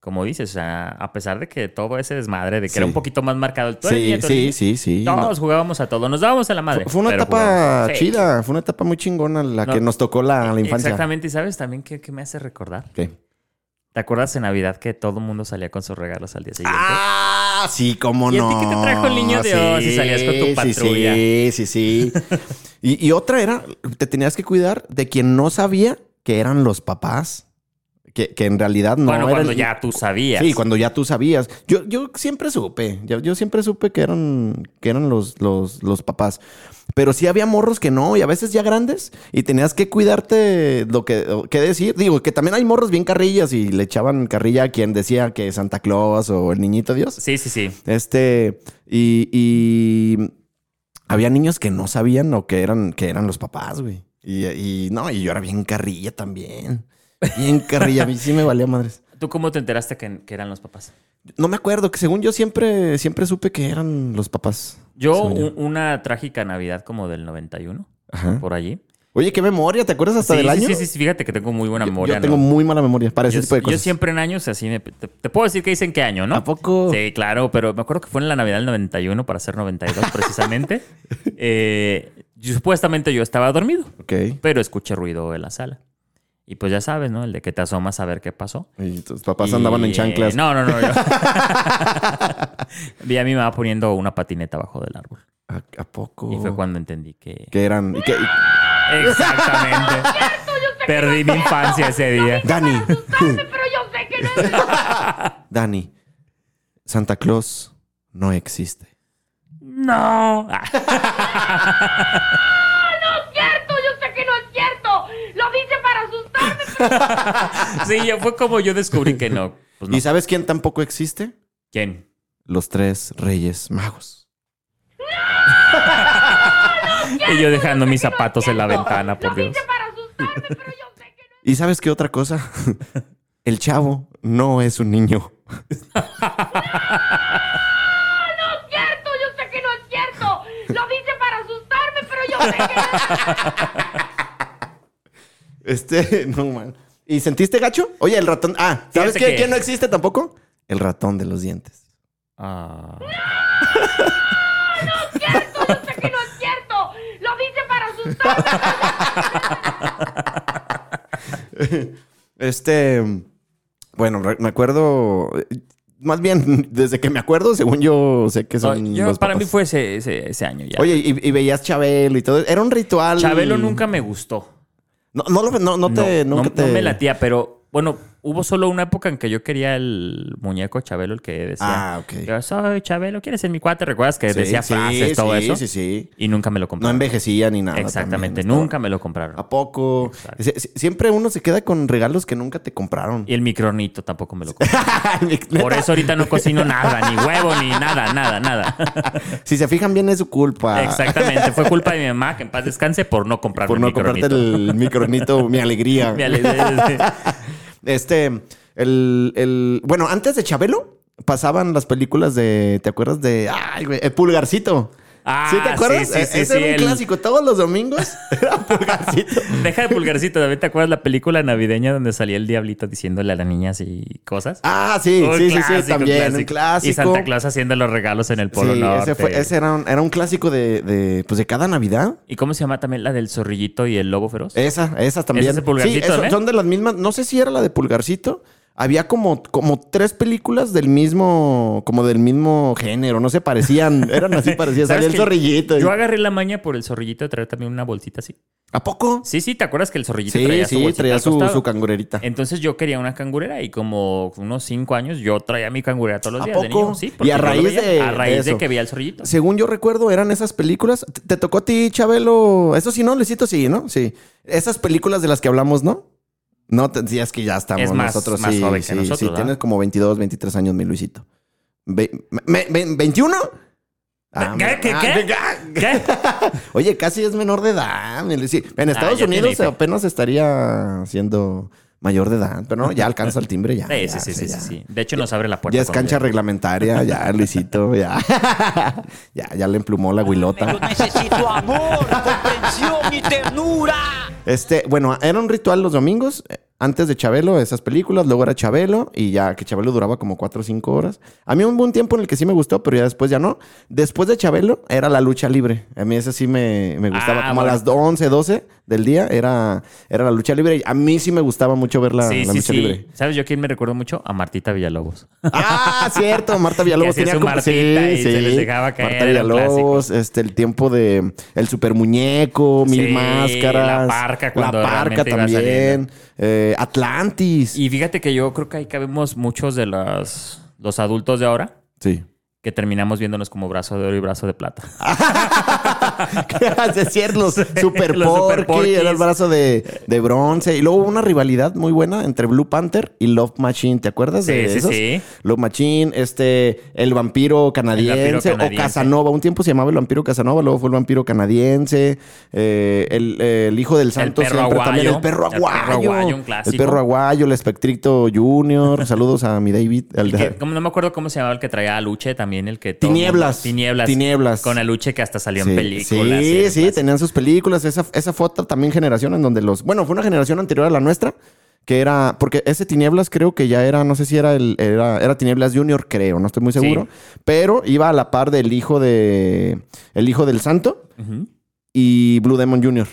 [SPEAKER 3] Como dices, o sea, a pesar de que todo ese desmadre, de que
[SPEAKER 1] Sí.
[SPEAKER 3] era un poquito más marcado el tú eres
[SPEAKER 1] Sí,
[SPEAKER 3] niña, tú
[SPEAKER 1] sí,
[SPEAKER 3] eres
[SPEAKER 1] sí,
[SPEAKER 3] niña,
[SPEAKER 1] sí. No.
[SPEAKER 3] Todos jugábamos a todo. Nos dábamos a la madre.
[SPEAKER 1] Fue una
[SPEAKER 3] pero
[SPEAKER 1] etapa
[SPEAKER 3] jugábamos. Sí.
[SPEAKER 1] chida, fue una etapa muy chingona la
[SPEAKER 3] No.
[SPEAKER 1] que nos tocó la, la infancia.
[SPEAKER 3] Exactamente. ¿Y sabes también qué, qué me hace recordar?
[SPEAKER 1] ¿Qué?
[SPEAKER 3] ¿Te acuerdas en Navidad que todo el mundo salía con sus regalos al día siguiente?
[SPEAKER 1] Ah, sí, cómo
[SPEAKER 3] ¿Y a
[SPEAKER 1] no.
[SPEAKER 3] ti qué te trajo el niño de hoy si salías con tu patrulla?
[SPEAKER 1] Sí, sí, sí. y, y otra era, te tenías que cuidar de quien no sabía que eran los papás. Que, que en realidad no
[SPEAKER 3] bueno,
[SPEAKER 1] era
[SPEAKER 3] cuando
[SPEAKER 1] el-
[SPEAKER 3] ya tú sabías.
[SPEAKER 1] Sí, cuando ya tú sabías. Yo, yo siempre supe, yo, yo siempre supe que eran, que eran los, los, los papás. Pero sí había morros que no, y a veces ya grandes, y tenías que cuidarte lo que, o qué decir. Digo, que también hay morros bien carrillas y le echaban carrilla a quien decía que Santa Claus o el niñito Dios.
[SPEAKER 3] Sí, sí, sí.
[SPEAKER 1] Este, y, y había niños que no sabían o que eran, que eran los papás, güey. Y, y no, y yo era bien carrilla también. Bien carrilla, a mí sí me valía madres.
[SPEAKER 3] ¿Tú cómo te enteraste que, que eran los papás?
[SPEAKER 1] No me acuerdo, que según yo siempre, siempre supe que eran los papás.
[SPEAKER 3] Yo,
[SPEAKER 1] Según
[SPEAKER 3] un- una trágica Navidad como del 91,
[SPEAKER 1] Ajá.
[SPEAKER 3] por allí.
[SPEAKER 1] Oye, qué memoria, ¿te acuerdas hasta
[SPEAKER 3] sí,
[SPEAKER 1] del
[SPEAKER 3] sí,
[SPEAKER 1] año?
[SPEAKER 3] Sí, sí, sí, fíjate que tengo muy buena
[SPEAKER 1] Yo-
[SPEAKER 3] memoria.
[SPEAKER 1] Yo tengo
[SPEAKER 3] ¿no?
[SPEAKER 1] muy mala memoria para ese
[SPEAKER 3] Yo-
[SPEAKER 1] tipo de
[SPEAKER 3] yo
[SPEAKER 1] cosas.
[SPEAKER 3] siempre en años así me- te, te puedo decir que dicen qué año, ¿no?
[SPEAKER 1] ¿A poco?
[SPEAKER 3] Sí, claro, pero me acuerdo que fue en la Navidad del 91 para ser 92 precisamente. Eh, yo- supuestamente yo estaba dormido,
[SPEAKER 1] Ok.
[SPEAKER 3] pero escuché ruido en la sala. Y pues ya sabes, ¿no? El de que te asomas a ver qué pasó.
[SPEAKER 1] Y tus papás
[SPEAKER 3] Y,
[SPEAKER 1] Pues andaban en
[SPEAKER 3] eh,
[SPEAKER 1] chanclas.
[SPEAKER 3] no, no, no. yo- Vi a mi mamá poniendo una patineta abajo del árbol.
[SPEAKER 1] ¿A, a poco?
[SPEAKER 3] Y fue cuando entendí que...
[SPEAKER 1] Que eran. y que- y-
[SPEAKER 3] Exactamente. Perdí mi infancia ese día.
[SPEAKER 1] Dani,
[SPEAKER 6] pero yo sé que no es verdad.
[SPEAKER 1] Dani, Santa Claus no existe.
[SPEAKER 3] No. Ah,
[SPEAKER 6] No es cierto, yo sé que no es cierto. Lo dice para asustarme.
[SPEAKER 3] Sí, ya fue como yo descubrí que no. Pues no.
[SPEAKER 1] ¿Y sabes quién tampoco existe?
[SPEAKER 3] ¿Quién?
[SPEAKER 1] Los tres reyes magos.
[SPEAKER 3] Y yo dejando mis zapatos en la ventana, por
[SPEAKER 6] Lo
[SPEAKER 3] Dios.
[SPEAKER 6] dice para asustarme, pero yo sé que no es
[SPEAKER 1] Y ¿Y sabes qué otra cosa? El chavo no es un niño.
[SPEAKER 6] No es cierto, yo sé que no es cierto. Lo dice para asustarme, pero yo sé que no.
[SPEAKER 1] Este, no, man. ¿Y sentiste gacho? Oye, el ratón. Ah, ¿sabes
[SPEAKER 3] Fíjate
[SPEAKER 1] qué?
[SPEAKER 3] que-
[SPEAKER 1] ¿Quién no existe tampoco? El ratón de los dientes.
[SPEAKER 3] Ah.
[SPEAKER 6] es cierto, yo sé que no es cierto. Lo dice para asustarme.
[SPEAKER 1] Este. Bueno, re- me acuerdo. Más bien, desde que me acuerdo, según yo sé que son.
[SPEAKER 3] Yo-
[SPEAKER 1] los
[SPEAKER 3] para
[SPEAKER 1] papás.
[SPEAKER 3] mí fue ese, ese- ese año ya.
[SPEAKER 1] Oye, y, y veías Chabelo y todo. Era un ritual.
[SPEAKER 3] Chabelo nunca me gustó.
[SPEAKER 1] No, no, lo- no, no te. Este
[SPEAKER 3] no,
[SPEAKER 1] nunca
[SPEAKER 3] no-
[SPEAKER 1] te-
[SPEAKER 3] no me latía, pero bueno, hubo solo una época en que yo quería el muñeco Chabelo, el que decía.
[SPEAKER 1] Ah, ok.
[SPEAKER 3] Yo soy Chabelo, ¿quieres ser mi cuate? ¿Recuerdas que
[SPEAKER 1] Sí,
[SPEAKER 3] decía
[SPEAKER 1] sí,
[SPEAKER 3] frases, todo
[SPEAKER 1] sí,
[SPEAKER 3] eso?
[SPEAKER 1] sí, sí.
[SPEAKER 3] Y nunca me lo
[SPEAKER 1] No
[SPEAKER 3] compraron.
[SPEAKER 1] envejecía ni nada.
[SPEAKER 3] Exactamente,
[SPEAKER 1] también. Ah,
[SPEAKER 3] nunca me lo compraron.
[SPEAKER 1] ¿A poco? Sie- sie- Siempre uno se queda con regalos que nunca te compraron.
[SPEAKER 3] Y el micronito tampoco me lo compraron. Por
[SPEAKER 1] Neta.
[SPEAKER 3] eso ahorita no cocino nada, ni huevo, ni nada, nada, nada.
[SPEAKER 1] Si se fijan bien, es su culpa.
[SPEAKER 3] Exactamente, fue culpa de mi mamá, que en paz descanse, por no comprarme
[SPEAKER 1] Ah. Por
[SPEAKER 3] el
[SPEAKER 1] no comprarte
[SPEAKER 3] micronito.
[SPEAKER 1] el micronito, mi alegría.
[SPEAKER 3] Me ale-
[SPEAKER 1] Este, el, el- Bueno, antes de Chabelo pasaban las películas de. ¿Te acuerdas de. Ay, güey, el Pulgarcito.
[SPEAKER 3] Ah,
[SPEAKER 1] ¿Sí te acuerdas?
[SPEAKER 3] sí, sí,
[SPEAKER 1] E-
[SPEAKER 3] sí,
[SPEAKER 1] Ese
[SPEAKER 3] sí,
[SPEAKER 1] era un
[SPEAKER 3] el-
[SPEAKER 1] clásico. Todos los domingos era Pulgarcito.
[SPEAKER 3] Deja de pulgarcito, David, ¿te acuerdas la película navideña donde salía el diablito diciéndole a las niñas y cosas?
[SPEAKER 1] Ah, sí,
[SPEAKER 3] Un
[SPEAKER 1] sí, sí, sí,
[SPEAKER 3] clásico,
[SPEAKER 1] también.
[SPEAKER 3] clásico.
[SPEAKER 1] Un clásico.
[SPEAKER 3] Y Santa Claus haciendo los regalos en el
[SPEAKER 1] Sí,
[SPEAKER 3] Polo Norte.
[SPEAKER 1] ese, fue- ese era, un, era un clásico de, de, pues de cada Navidad.
[SPEAKER 3] ¿Y cómo se llama también la del zorrillito y el lobo feroz?
[SPEAKER 1] Esa, esas también.
[SPEAKER 3] ¿Esa es de Pulgarcito
[SPEAKER 1] sí,
[SPEAKER 3] ¿eh?
[SPEAKER 1] eso-
[SPEAKER 3] también?
[SPEAKER 1] son de las mismas. No sé si era la de Pulgarcito. Había como, como tres películas del mismo, como del mismo género. No se parecían. Eran así parecidas.
[SPEAKER 3] ¿Sabes
[SPEAKER 1] Salía el
[SPEAKER 3] que
[SPEAKER 1] zorrillito. y-
[SPEAKER 3] Yo agarré la maña por el zorrillito de traer también una bolsita así.
[SPEAKER 1] ¿A poco?
[SPEAKER 3] Sí, sí, ¿te acuerdas que el zorrillito
[SPEAKER 1] Sí,
[SPEAKER 3] traía
[SPEAKER 1] sí,
[SPEAKER 3] su bolsita
[SPEAKER 1] traía
[SPEAKER 3] al
[SPEAKER 1] su,
[SPEAKER 3] costado?
[SPEAKER 1] su cangurerita.
[SPEAKER 3] Entonces yo quería una cangurera y como unos cinco años yo traía mi cangurera todos los
[SPEAKER 1] ¿A
[SPEAKER 3] días de
[SPEAKER 1] poco?
[SPEAKER 3] niño. Sí,
[SPEAKER 1] Y
[SPEAKER 3] porque
[SPEAKER 1] a
[SPEAKER 3] yo lo
[SPEAKER 1] raíz
[SPEAKER 3] veía,
[SPEAKER 1] de-
[SPEAKER 3] a raíz
[SPEAKER 1] de
[SPEAKER 3] de,
[SPEAKER 1] eso.
[SPEAKER 3] que veía el zorrillito.
[SPEAKER 1] Según yo recuerdo, eran esas películas. Te, te tocó a ti, Chabelo. Eso sí, ¿no? Luisito, sí, ¿no? Sí. Esas películas de las que hablamos, ¿no? No, te, sí, es que ya estamos
[SPEAKER 3] Es más-
[SPEAKER 1] nosotros.
[SPEAKER 3] más
[SPEAKER 1] sí,
[SPEAKER 3] joven que
[SPEAKER 1] sí,
[SPEAKER 3] nosotros,
[SPEAKER 1] sí.
[SPEAKER 3] ¿verdad?
[SPEAKER 1] Tienes como 22, 23 años, mi Luisito. Ve- me- me- ¿21? Ah,
[SPEAKER 3] ¿Qué? ¿Qué?
[SPEAKER 1] ah,
[SPEAKER 3] ¿Qué? ¿Qué?
[SPEAKER 1] Oye, casi es menor de edad. mi Luis. Sí, En Estados
[SPEAKER 3] Ah, ya tiene
[SPEAKER 1] Unidos
[SPEAKER 3] IFE.
[SPEAKER 1] apenas estaría siendo mayor de edad, pero no, ya alcanza el timbre ya.
[SPEAKER 3] Sí,
[SPEAKER 1] ya,
[SPEAKER 3] sí, sí,
[SPEAKER 1] sí,
[SPEAKER 3] sí,
[SPEAKER 1] ya.
[SPEAKER 3] sí, sí. De hecho, nos abre la puerta.
[SPEAKER 1] Ya es
[SPEAKER 3] cuando
[SPEAKER 1] cancha reglamentaria, ya, Luisito, ya. ya, ya le emplumó la
[SPEAKER 7] Yo
[SPEAKER 1] huilota.
[SPEAKER 7] necesito amor, comprensión y ternura.
[SPEAKER 1] Este, bueno, era un ritual los domingos, eh, antes de Chabelo, esas películas, luego era Chabelo, y ya que Chabelo duraba como 4 o 5 horas. A mí hubo un tiempo en el que sí me gustó, pero ya después ya no. Después de Chabelo era la lucha libre. A mí esa sí me, me gustaba.
[SPEAKER 3] Ah,
[SPEAKER 1] como
[SPEAKER 3] bueno.
[SPEAKER 1] a las 11, 12 del día era, era la lucha libre. y A mí sí me gustaba mucho ver la,
[SPEAKER 3] Sí,
[SPEAKER 1] la
[SPEAKER 3] sí,
[SPEAKER 1] lucha
[SPEAKER 3] sí.
[SPEAKER 1] libre.
[SPEAKER 3] ¿Sabes yo quién me recuerdo mucho? A Martita Villalobos.
[SPEAKER 1] Ah, cierto, Marta Villalobos
[SPEAKER 3] Que hacía
[SPEAKER 1] tenía
[SPEAKER 3] su
[SPEAKER 1] como
[SPEAKER 3] Martita y se les dejaba caer,
[SPEAKER 1] Marta
[SPEAKER 3] era un
[SPEAKER 1] Villalobos, este el tiempo de el super muñeco, mil
[SPEAKER 3] Sí,
[SPEAKER 1] máscaras,
[SPEAKER 3] La Parca cuando
[SPEAKER 1] la parca
[SPEAKER 3] realmente iba
[SPEAKER 1] también,
[SPEAKER 3] saliendo.
[SPEAKER 1] eh, Atlantis.
[SPEAKER 3] Y fíjate que yo creo que ahí cabemos muchos de los, los adultos de ahora
[SPEAKER 1] Sí.
[SPEAKER 3] que terminamos viéndonos como brazo de oro y brazo de plata.
[SPEAKER 1] Ah, de cierto, los Super
[SPEAKER 3] los Super
[SPEAKER 1] Porky, era el
[SPEAKER 3] Porquis.
[SPEAKER 1] brazo de, de bronce. Y luego hubo una rivalidad muy buena entre Blue Panther y Love Machine. ¿Te acuerdas
[SPEAKER 3] Sí,
[SPEAKER 1] de
[SPEAKER 3] sí,
[SPEAKER 1] esos?
[SPEAKER 3] sí.
[SPEAKER 1] Love Machine, este, el vampiro canadiense,
[SPEAKER 3] canadiense.
[SPEAKER 1] o Casanova. Un tiempo se llamaba el vampiro Casanova, luego fue el vampiro canadiense. eh, el, el hijo del santo
[SPEAKER 3] perro
[SPEAKER 1] siempre también.
[SPEAKER 3] aguayo.
[SPEAKER 1] El perro
[SPEAKER 3] El perro
[SPEAKER 1] aguayo.
[SPEAKER 3] aguayo, un clásico.
[SPEAKER 1] El perro aguayo, el espectrito junior. Saludos a mi David. al-
[SPEAKER 3] Y que- como no me acuerdo cómo se llamaba el que traía a Luche también, el que... todo
[SPEAKER 1] Tinieblas.
[SPEAKER 3] mundo- tinieblas.
[SPEAKER 1] Tinieblas.
[SPEAKER 3] Con Aluche que hasta salió
[SPEAKER 1] Sí,
[SPEAKER 3] en películas.
[SPEAKER 1] Sí,
[SPEAKER 3] en
[SPEAKER 1] sí,
[SPEAKER 3] las-
[SPEAKER 1] tenían sus películas. Esa, esa fue otra también generación en donde los. Bueno, fue una generación anterior a la nuestra, que era. Porque ese Tinieblas creo que ya era, no sé si era el. Era, era Tinieblas Junior, creo, no estoy muy seguro. Pero iba a la par del hijo de. El hijo del santo
[SPEAKER 3] Ujú.
[SPEAKER 1] y Blue Demon Junior.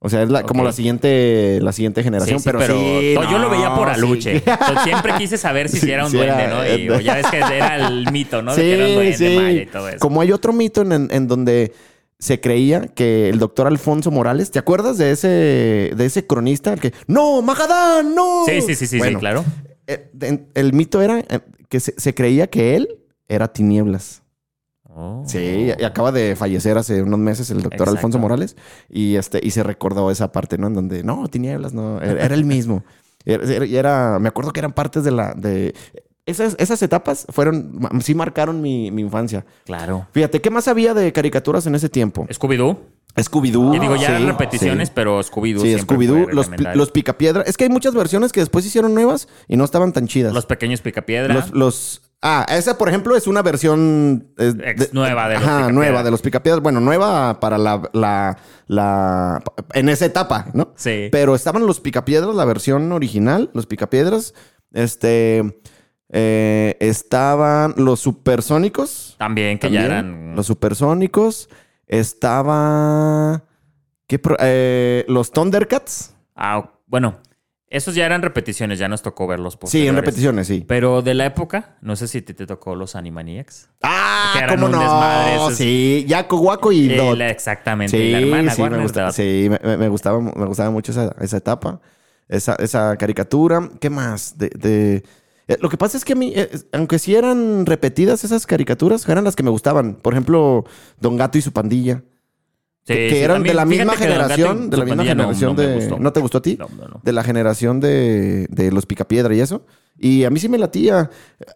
[SPEAKER 1] O sea, es la- como
[SPEAKER 3] Ok.
[SPEAKER 1] la siguiente, la siguiente
[SPEAKER 3] Sí,
[SPEAKER 1] generación,
[SPEAKER 3] sí,
[SPEAKER 1] pero,
[SPEAKER 3] pero
[SPEAKER 1] sí,
[SPEAKER 3] no, yo lo veía por
[SPEAKER 1] no,
[SPEAKER 3] Aluche.
[SPEAKER 1] sí.
[SPEAKER 3] Entonces, siempre quise saber si,
[SPEAKER 1] Sí,
[SPEAKER 3] era un
[SPEAKER 1] sí,
[SPEAKER 3] duende,
[SPEAKER 1] era-
[SPEAKER 3] ¿no? Y o ya ves que era el mito, ¿no? de que era un duende maya y todo eso.
[SPEAKER 1] Como hay otro mito en, en- en donde se creía que el doctor Alfonso Morales, ¿te acuerdas de ese, de ese cronista? El que, no, Magadán, no.
[SPEAKER 3] Sí, sí, sí, sí,
[SPEAKER 1] Bueno,
[SPEAKER 3] sí, claro.
[SPEAKER 1] eh, en- El, mito era eh, que se, se creía que él era tinieblas.
[SPEAKER 3] Oh.
[SPEAKER 1] Sí, y acaba de fallecer hace unos meses el doctor
[SPEAKER 3] Exacto.
[SPEAKER 1] Alfonso Morales y este y se recordó esa parte, ¿no? En donde no, tinieblas, no, er, era, era el mismo. Era, era- era- me acuerdo que eran partes de la de esas, esas etapas fueron ma- sí marcaron mi, mi infancia.
[SPEAKER 3] Claro.
[SPEAKER 1] Fíjate, ¿qué más había de caricaturas en ese tiempo?
[SPEAKER 3] Scooby-Doo.
[SPEAKER 1] Scooby-Doo.
[SPEAKER 3] Y digo, ya
[SPEAKER 1] Ah, sí,
[SPEAKER 3] repeticiones,
[SPEAKER 1] sí.
[SPEAKER 3] pero Scooby-Doo.
[SPEAKER 1] Sí,
[SPEAKER 3] siempre
[SPEAKER 1] Scooby-Doo,
[SPEAKER 3] fue
[SPEAKER 1] los,
[SPEAKER 3] recomendable.
[SPEAKER 1] los Picapiedra. Es que hay muchas versiones que después hicieron nuevas y no estaban tan chidas.
[SPEAKER 3] Los pequeños picapiedra.
[SPEAKER 1] Los, los- ah, esa por ejemplo es una versión eh,
[SPEAKER 3] Ex- nueva de los
[SPEAKER 1] ajá,
[SPEAKER 3] Picapiedra.
[SPEAKER 1] nueva de los picapiedras. Bueno, nueva para la, la, la- en esa etapa, ¿no?
[SPEAKER 3] Sí.
[SPEAKER 1] Pero estaban los picapiedras, la versión original, los picapiedras, este, eh, estaban los supersónicos,
[SPEAKER 3] también, que
[SPEAKER 1] también,
[SPEAKER 3] ya eran.
[SPEAKER 1] los supersónicos, estaba, ¿qué pro- eh, los Thundercats,
[SPEAKER 3] Ah, bueno, esos ya eran repeticiones, ya nos tocó verlos.
[SPEAKER 1] sí, en
[SPEAKER 3] posteriores.
[SPEAKER 1] repeticiones, sí.
[SPEAKER 3] Pero de la época, no sé si te, te tocó los Animaniacs.
[SPEAKER 1] Ah,
[SPEAKER 3] Que eran
[SPEAKER 1] cómo
[SPEAKER 3] un
[SPEAKER 1] no,
[SPEAKER 3] desmadre, eso es-
[SPEAKER 1] sí, Yaco, Guaco y
[SPEAKER 3] Eh,
[SPEAKER 1] Dot.
[SPEAKER 3] la- exactamente.
[SPEAKER 1] Sí,
[SPEAKER 3] y la hermana
[SPEAKER 1] sí, me
[SPEAKER 3] Warner
[SPEAKER 1] gusta-
[SPEAKER 3] Dot.
[SPEAKER 1] sí, me- me- me gustaba, me gustaba mucho esa, esa etapa, esa, esa caricatura. ¿Qué más? De, de- eh, lo que pasa es que a mí, eh, es- aunque sí eran repetidas esas caricaturas, eran las que me gustaban. Por ejemplo, Don Gato y su pandilla,
[SPEAKER 3] Sí,
[SPEAKER 1] que,
[SPEAKER 3] sí,
[SPEAKER 1] que eran
[SPEAKER 3] a mí,
[SPEAKER 1] de la
[SPEAKER 3] fíjate
[SPEAKER 1] misma
[SPEAKER 3] que Don Gato y
[SPEAKER 1] generación, de
[SPEAKER 3] su
[SPEAKER 1] la misma
[SPEAKER 3] pandilla no-
[SPEAKER 1] generación
[SPEAKER 3] no me
[SPEAKER 1] de...
[SPEAKER 3] gustó.
[SPEAKER 1] ¿No te gustó a ti?
[SPEAKER 3] No, no, no.
[SPEAKER 1] de la generación de, de los Picapiedra y eso. Y a mí sí me latía.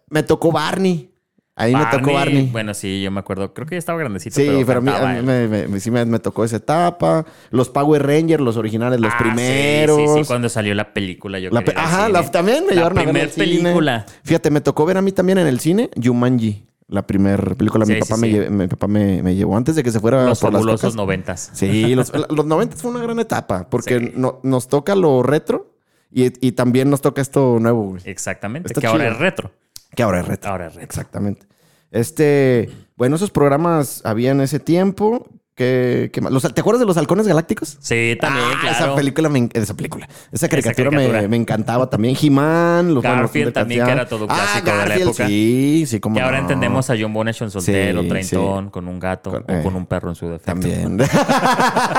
[SPEAKER 1] Me tocó Barney. Ahí me tocó Barney.
[SPEAKER 3] Bueno, sí, yo me acuerdo. Creo que ya estaba grandecito.
[SPEAKER 1] Sí, pero, a mí,
[SPEAKER 3] cantaba
[SPEAKER 1] a mí
[SPEAKER 3] él.
[SPEAKER 1] me, me- me- sí me, me tocó esa etapa. Los Power Rangers, los originales, los
[SPEAKER 3] Ah, sí,
[SPEAKER 1] primeros.
[SPEAKER 3] Sí, sí, cuando salió la película. Yo
[SPEAKER 1] La
[SPEAKER 3] quería
[SPEAKER 1] pe-
[SPEAKER 3] ir al
[SPEAKER 1] ajá,
[SPEAKER 3] cine.
[SPEAKER 1] la- también me
[SPEAKER 3] La
[SPEAKER 1] llevaron a ver
[SPEAKER 3] primer
[SPEAKER 1] al cine.
[SPEAKER 3] película.
[SPEAKER 1] Fíjate, me tocó ver a mí también en el cine Jumanji, la primera película.
[SPEAKER 3] Sí,
[SPEAKER 1] mi,
[SPEAKER 3] sí,
[SPEAKER 1] papá me,
[SPEAKER 3] sí.
[SPEAKER 1] lle- mi papá me- me llevó antes de que se fuera
[SPEAKER 3] Los
[SPEAKER 1] por las
[SPEAKER 3] fabulosos
[SPEAKER 1] cocas.
[SPEAKER 3] noventas.
[SPEAKER 1] Sí, los, los 90 fue una gran etapa porque
[SPEAKER 3] Sí.
[SPEAKER 1] no- nos toca lo retro y, y también nos toca esto nuevo, güey,
[SPEAKER 3] Exactamente.
[SPEAKER 1] Está
[SPEAKER 3] que ahora
[SPEAKER 1] chido.
[SPEAKER 3] es retro.
[SPEAKER 1] que ahora es retro.
[SPEAKER 3] Ahora es retro.
[SPEAKER 1] Exactamente. Este, bueno, esos programas había en ese tiempo. ¿Qué- qué más? Los- ¿Te acuerdas de los halcones galácticos?
[SPEAKER 3] Sí, también,
[SPEAKER 1] Ah,
[SPEAKER 3] claro.
[SPEAKER 1] Esa película, me, en- esa película, esa caricatura, me-
[SPEAKER 3] caricatura.
[SPEAKER 1] Me, encantaba también. He-Man, los bueno, los
[SPEAKER 3] Garfield
[SPEAKER 1] de
[SPEAKER 3] también,
[SPEAKER 1] Castián.
[SPEAKER 3] que era todo clásico de la época.
[SPEAKER 1] Sí, sí, como.
[SPEAKER 3] Que ahora entendemos a John Bonachon soltero,
[SPEAKER 1] Sí,
[SPEAKER 3] treintón, con un gato
[SPEAKER 1] Con-
[SPEAKER 3] o con
[SPEAKER 1] eh,
[SPEAKER 3] un perro en su defecto.
[SPEAKER 1] También.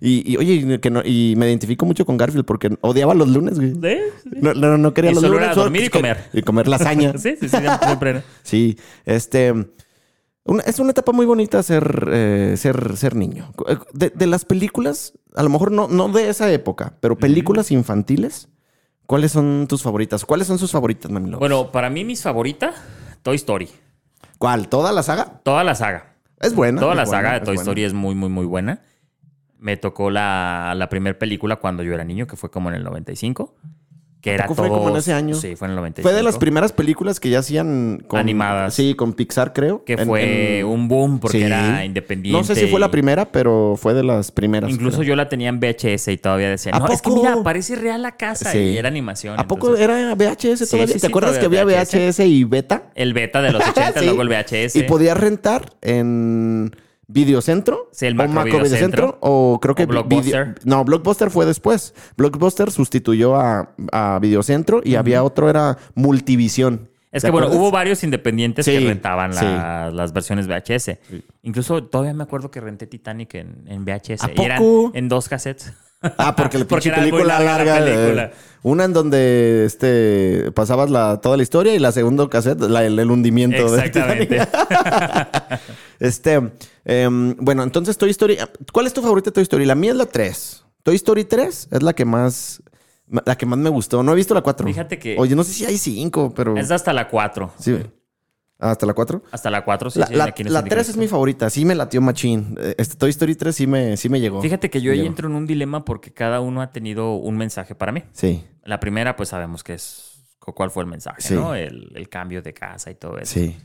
[SPEAKER 1] y, y, oye, y que no- y me identifico mucho con Garfield porque odiaba los lunes, güey.
[SPEAKER 3] ¿Eh?
[SPEAKER 1] No, no, no quería
[SPEAKER 3] Y
[SPEAKER 1] los
[SPEAKER 3] solo
[SPEAKER 1] lunes. pues
[SPEAKER 3] era dormir y comer.
[SPEAKER 1] Y comer lasaña.
[SPEAKER 3] Sí, sí, sí, siempre era.
[SPEAKER 1] Sí, este. una- es una etapa muy bonita ser, eh, ser, ser niño. De, de las películas, a lo mejor no, no de esa época, pero películas infantiles, ¿cuáles son tus favoritas? ¿Cuáles son sus favoritas, Mamilo?
[SPEAKER 3] Bueno, para mí, mis favoritas, Toy Story.
[SPEAKER 1] ¿Cuál? ¿Toda la saga?
[SPEAKER 3] Toda la saga.
[SPEAKER 1] Es buena.
[SPEAKER 3] Toda
[SPEAKER 1] es
[SPEAKER 3] la
[SPEAKER 1] buena,
[SPEAKER 3] saga de
[SPEAKER 1] es
[SPEAKER 3] Toy
[SPEAKER 1] buena.
[SPEAKER 3] Story es muy, muy, muy buena. Me tocó la, la primera película cuando yo era niño, que fue como en el 95. Que era
[SPEAKER 1] poco
[SPEAKER 3] todo.
[SPEAKER 1] fue como en ese año?
[SPEAKER 3] Sí, fue en el 95.
[SPEAKER 1] Fue de las primeras películas que ya hacían con-
[SPEAKER 3] Animadas.
[SPEAKER 1] Sí, con Pixar, creo.
[SPEAKER 3] Que
[SPEAKER 1] En-
[SPEAKER 3] fue
[SPEAKER 1] en-
[SPEAKER 3] un boom porque
[SPEAKER 1] Sí.
[SPEAKER 3] era independiente.
[SPEAKER 1] No sé si fue la
[SPEAKER 3] y-
[SPEAKER 1] primera, pero fue de las primeras.
[SPEAKER 3] Incluso
[SPEAKER 1] creo.
[SPEAKER 3] yo la tenía en VHS y todavía decía,
[SPEAKER 1] ¿A
[SPEAKER 3] no, es que
[SPEAKER 1] poco?
[SPEAKER 3] mira, parece real la casa.
[SPEAKER 1] Sí.
[SPEAKER 3] Y era animación.
[SPEAKER 1] ¿A poco
[SPEAKER 3] entonces-
[SPEAKER 1] era VHS
[SPEAKER 3] Sí,
[SPEAKER 1] todavía?
[SPEAKER 3] sí,
[SPEAKER 1] ¿Te
[SPEAKER 3] sí,
[SPEAKER 1] acuerdas que
[SPEAKER 3] todavía
[SPEAKER 1] había
[SPEAKER 3] VHS?
[SPEAKER 1] VHS y beta?
[SPEAKER 3] El beta de los 80,
[SPEAKER 1] Sí.
[SPEAKER 3] luego el VHS.
[SPEAKER 1] Y podías rentar en Videocentro.
[SPEAKER 3] Sí, el macro videocentro.
[SPEAKER 1] O creo que...
[SPEAKER 3] O Blockbuster.
[SPEAKER 1] Video- no, Blockbuster fue después. Blockbuster sustituyó a, a Videocentro y había otro, era Multivisión.
[SPEAKER 3] Es
[SPEAKER 1] ¿Te
[SPEAKER 3] que bueno,
[SPEAKER 1] acuerdas?
[SPEAKER 3] hubo varios independientes
[SPEAKER 1] Sí,
[SPEAKER 3] que rentaban la- las versiones VHS. Incluso todavía me acuerdo que renté Titanic en, en VHS.
[SPEAKER 1] ¿A
[SPEAKER 3] Y eran
[SPEAKER 1] poco?
[SPEAKER 3] en dos cassettes.
[SPEAKER 1] Ah, porque la pinche
[SPEAKER 3] Porque era muy
[SPEAKER 1] película
[SPEAKER 3] larga la
[SPEAKER 1] larga. de-
[SPEAKER 3] película.
[SPEAKER 1] una en donde este, pasabas la, toda la historia y la segunda cassette, la- el, el hundimiento. de
[SPEAKER 3] Exactamente.
[SPEAKER 1] Titanic. Este, em, bueno, entonces Toy Story. ¿Cuál es tu favorita de Toy Story? La mía es la 3. Toy Story 3 es la que más. La que más me gustó. No he visto la 4.
[SPEAKER 3] Fíjate que-
[SPEAKER 1] Oye, no sé si hay 5, pero.
[SPEAKER 3] es hasta la 4.
[SPEAKER 1] Sí. Ah, Hasta la 4.
[SPEAKER 3] Hasta la 4, sí.
[SPEAKER 1] la
[SPEAKER 3] sí,
[SPEAKER 1] la-
[SPEAKER 3] aquí en
[SPEAKER 1] la
[SPEAKER 3] Sandy
[SPEAKER 1] 3
[SPEAKER 3] Cristo.
[SPEAKER 1] es mi favorita. Sí me latió machín. Eh, Este Toy Story 3 sí me, sí me llegó.
[SPEAKER 3] Fíjate que yo ahí
[SPEAKER 1] Llegó.
[SPEAKER 3] entro en un dilema porque cada uno ha tenido un mensaje para mí.
[SPEAKER 1] Sí,
[SPEAKER 3] La primera, pues sabemos que es cu- cuál fue el mensaje,
[SPEAKER 1] Sí.
[SPEAKER 3] ¿no? El, el cambio de casa y todo eso.
[SPEAKER 1] sí.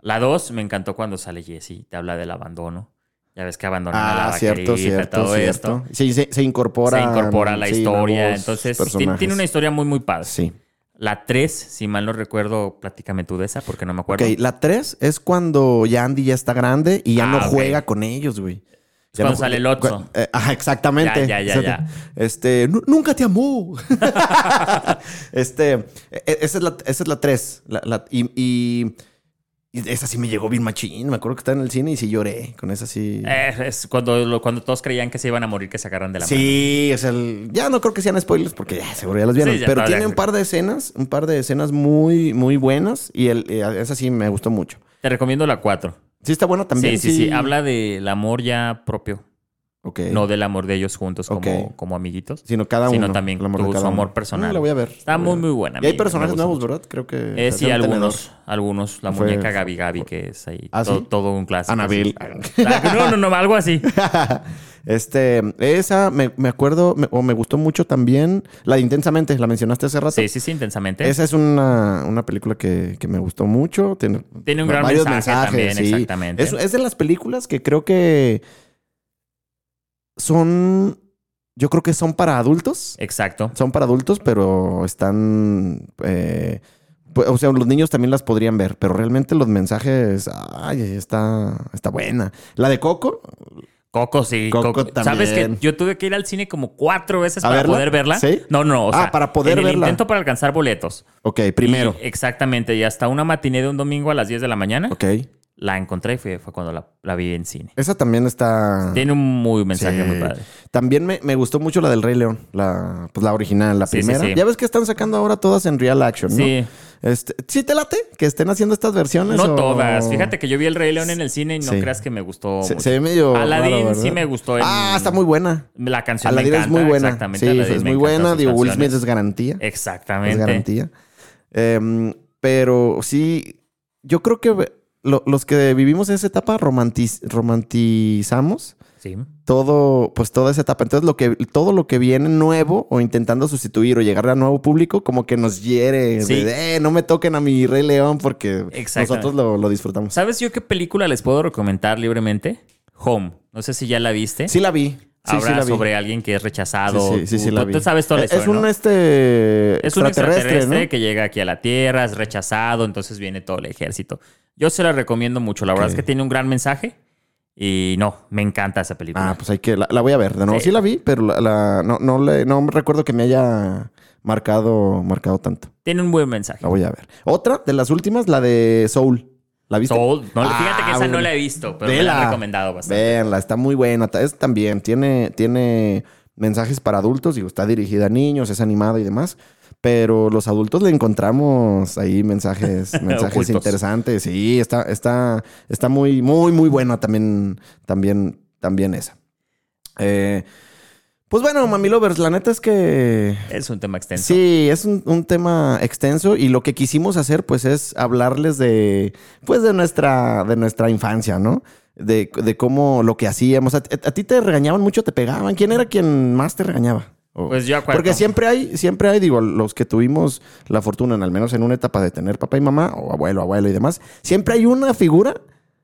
[SPEAKER 3] La dos, me encantó cuando sale Jesse, te habla del abandono. Ya ves que abandonan a la
[SPEAKER 1] Ah,
[SPEAKER 3] vaquerita,
[SPEAKER 1] cierto, cierto,
[SPEAKER 3] todo
[SPEAKER 1] cierto.
[SPEAKER 3] esto.
[SPEAKER 1] Sí, se, se incorpora.
[SPEAKER 3] Se incorpora la
[SPEAKER 1] sí,
[SPEAKER 3] historia.
[SPEAKER 1] nuevos
[SPEAKER 3] Entonces, ti-
[SPEAKER 1] personajes.
[SPEAKER 3] tiene una historia muy, muy padre.
[SPEAKER 1] Sí.
[SPEAKER 3] La 3, si mal no recuerdo, platícame tú de esa porque no me
[SPEAKER 1] Ok,
[SPEAKER 3] acuerdo.
[SPEAKER 1] la 3 es cuando ya Andy ya está grande y ya
[SPEAKER 3] Ah,
[SPEAKER 1] no
[SPEAKER 3] ok.
[SPEAKER 1] juega con ellos, güey. Ya
[SPEAKER 3] cuando
[SPEAKER 1] no
[SPEAKER 3] sale el
[SPEAKER 1] juega-
[SPEAKER 3] Otso.
[SPEAKER 1] Eh, ajá, exactamente.
[SPEAKER 3] Ya, ya, ya, ya.
[SPEAKER 1] Este, "Nu- nunca te amó. este, e- esa es la, esa es la 3. y, y- y esa sí me llegó bien machín. Me acuerdo que estaba en el cine y sí lloré. Con esa sí.
[SPEAKER 3] Eh, es cuando, lo- cuando todos creían que se iban a morir, que se agarran de la mano.
[SPEAKER 1] Sí, o sea, el- ya no creo que sean spoilers porque ya seguro ya los vieron.
[SPEAKER 3] Sí, ya,
[SPEAKER 1] pero
[SPEAKER 3] no,
[SPEAKER 1] tiene
[SPEAKER 3] ya.
[SPEAKER 1] un par de escenas, un par de escenas muy, muy buenas y el, eh, esa sí me gustó mucho.
[SPEAKER 3] Te recomiendo la 4.
[SPEAKER 1] Sí, está buena también.
[SPEAKER 3] Sí, sí, sí, Habla del amor ya propio.
[SPEAKER 1] Ok.
[SPEAKER 3] No del amor de ellos juntos como,
[SPEAKER 1] Ok.
[SPEAKER 3] como amiguitos.
[SPEAKER 1] Sino cada uno.
[SPEAKER 3] Sino también
[SPEAKER 1] el amor de
[SPEAKER 3] tu-
[SPEAKER 1] cada
[SPEAKER 3] su
[SPEAKER 1] uno.
[SPEAKER 3] amor personal.
[SPEAKER 1] Mm, la voy a ver.
[SPEAKER 3] Está
[SPEAKER 1] la voy a
[SPEAKER 3] muy,
[SPEAKER 1] ver.
[SPEAKER 3] muy
[SPEAKER 1] Y
[SPEAKER 3] buena.
[SPEAKER 1] hay
[SPEAKER 3] amiga, me
[SPEAKER 1] personajes
[SPEAKER 3] gusta
[SPEAKER 1] nuevos,
[SPEAKER 3] mucho.
[SPEAKER 1] ¿verdad? Creo que.
[SPEAKER 3] Eh, sí,
[SPEAKER 1] salió un
[SPEAKER 3] algunos.
[SPEAKER 1] tenedor.
[SPEAKER 3] Algunos. La
[SPEAKER 1] Fue-
[SPEAKER 3] muñeca Gabi Gabi, que es ahí.
[SPEAKER 1] ¿Ah,
[SPEAKER 3] todo,
[SPEAKER 1] sí?
[SPEAKER 3] todo un clásico.
[SPEAKER 1] Anabel.
[SPEAKER 3] sí. No, no, no, algo así.
[SPEAKER 1] Este, esa me, me acuerdo, me- o me gustó mucho también. La de Intensamente, la mencionaste hace rato.
[SPEAKER 3] Sí, sí, sí, intensamente.
[SPEAKER 1] Esa es una, una película que, que me gustó mucho. Tiene,
[SPEAKER 3] Tiene un gran mensaje también, exactamente.
[SPEAKER 1] Es, es de las películas que creo que son. Yo creo que son para adultos.
[SPEAKER 3] Exacto.
[SPEAKER 1] Son para adultos, pero están. eh, pu- o sea, los niños también las podrían ver, pero realmente los mensajes. Ay, está, está buena. La de Coco,
[SPEAKER 3] Coco, sí.
[SPEAKER 1] Coco
[SPEAKER 3] ¿Sabes que
[SPEAKER 1] también.
[SPEAKER 3] yo tuve que ir al cine como cuatro veces
[SPEAKER 1] ¿A
[SPEAKER 3] para
[SPEAKER 1] verla?
[SPEAKER 3] poder verla?
[SPEAKER 1] ¿Sí?
[SPEAKER 3] No, no. o
[SPEAKER 1] Ah,
[SPEAKER 3] sea,
[SPEAKER 1] para poder
[SPEAKER 3] en el
[SPEAKER 1] verla.
[SPEAKER 3] intento para alcanzar boletos.
[SPEAKER 1] ok, primero.
[SPEAKER 3] Y- eh, exactamente. Y hasta una matiné de un domingo a las 10 de la mañana
[SPEAKER 1] Ok.
[SPEAKER 3] la encontré y fue, fue cuando la, la vi en cine.
[SPEAKER 1] Esa también está.
[SPEAKER 3] Tiene un muy mensaje
[SPEAKER 1] Ah. Sí.
[SPEAKER 3] muy padre.
[SPEAKER 1] También me, me gustó mucho la del Rey León, la, pues la original, la
[SPEAKER 3] Sí, sí,
[SPEAKER 1] primera.
[SPEAKER 3] sí.
[SPEAKER 1] Ya ves que están sacando ahora todas en real action, ¿no?
[SPEAKER 3] Sí.
[SPEAKER 1] Este, ¿Sí te late que estén haciendo estas versiones?
[SPEAKER 3] No
[SPEAKER 1] o-
[SPEAKER 3] todas. Fíjate que yo vi el Rey León en el cine y no
[SPEAKER 1] Sí.
[SPEAKER 3] creas que me gustó.
[SPEAKER 1] Se,
[SPEAKER 3] mucho.
[SPEAKER 1] se ve medio.
[SPEAKER 3] Aladdin
[SPEAKER 1] raro, ¿verdad?
[SPEAKER 3] sí me gustó. en-
[SPEAKER 1] Ah, está muy buena.
[SPEAKER 3] La canción me
[SPEAKER 1] Aladdin es
[SPEAKER 3] encanta,
[SPEAKER 1] muy buena.
[SPEAKER 3] Exactamente.
[SPEAKER 1] Sí,
[SPEAKER 3] Aladdin
[SPEAKER 1] es
[SPEAKER 3] me
[SPEAKER 1] muy
[SPEAKER 3] encantan
[SPEAKER 1] buena.
[SPEAKER 3] sus
[SPEAKER 1] Digo, Will Smith
[SPEAKER 3] canciones.
[SPEAKER 1] es garantía. Es
[SPEAKER 3] Exactamente.
[SPEAKER 1] garantía. Em, pero sí, yo creo que lo- los que vivimos esa etapa romantiz- romantizamos
[SPEAKER 3] Sí.
[SPEAKER 1] todo, pues toda esa etapa. Entonces, lo que, todo lo que viene nuevo o intentando sustituir o llegar a nuevo público, como que nos hiere.
[SPEAKER 3] Sí.
[SPEAKER 1] de, "Eh, no me toquen a mi Rey León porque
[SPEAKER 3] Exactamente.
[SPEAKER 1] nosotros lo, lo disfrutamos.
[SPEAKER 3] ¿Sabes yo qué película les puedo recomendar libremente? Home. No sé si ya la viste.
[SPEAKER 1] Sí la vi. Sí,
[SPEAKER 3] Habla
[SPEAKER 1] sí la vi.
[SPEAKER 3] sobre alguien que es rechazado.
[SPEAKER 1] Sí, sí, sí, sí
[SPEAKER 3] Tú-
[SPEAKER 1] la
[SPEAKER 3] tú
[SPEAKER 1] vi.
[SPEAKER 3] sabes toda la
[SPEAKER 1] Es-
[SPEAKER 3] historia,
[SPEAKER 1] Es un
[SPEAKER 3] ¿no?
[SPEAKER 1] este
[SPEAKER 3] Es un
[SPEAKER 1] extraterrestre,
[SPEAKER 3] extraterrestre
[SPEAKER 1] ¿no?
[SPEAKER 3] que llega aquí a la Tierra, es rechazado, entonces viene todo el ejército. Yo se la recomiendo mucho. La verdad
[SPEAKER 1] Ok.
[SPEAKER 3] es que tiene un gran mensaje y no, me encanta esa película.
[SPEAKER 1] Ah, pues hay que la, la voy a ver. De nuevo,
[SPEAKER 3] Sí.
[SPEAKER 1] sí, la vi, pero la, la- no, no le, no me recuerdo que me haya marcado marcado tanto.
[SPEAKER 3] Tiene un buen mensaje.
[SPEAKER 1] La voy a ver. Otra de las últimas, la de Soul. ¿La viste? Ah,
[SPEAKER 3] Soul, no, fíjate que esa no
[SPEAKER 1] bueno.
[SPEAKER 3] la he visto, pero me la han recomendado bastante.
[SPEAKER 1] Véanla, está muy buena. Ta- Es también, tiene, tiene mensajes para adultos, digo, está dirigida a niños, es animada y demás. Pero los adultos le encontramos ahí mensajes, mensajes
[SPEAKER 3] Ocultos.
[SPEAKER 1] interesantes. Sí, está, está, está muy, muy, muy buena también, también, también esa. Eh, pues bueno, Mami Lovers, la neta es que
[SPEAKER 3] Es un tema extenso.
[SPEAKER 1] Sí, es un, un tema extenso y lo que quisimos hacer pues es hablarles de pues de nuestra de nuestra infancia, ¿no? De, de cómo lo que hacíamos. ¿A, ti- a ti te regañaban mucho, te pegaban. ¿Quién era quien más te regañaba? O-
[SPEAKER 3] Pues yo acuerdo.
[SPEAKER 1] Porque siempre hay, siempre hay, digo, los que tuvimos la fortuna, en, al menos en una etapa de tener papá y mamá, o abuelo, abuelo y demás, siempre hay una figura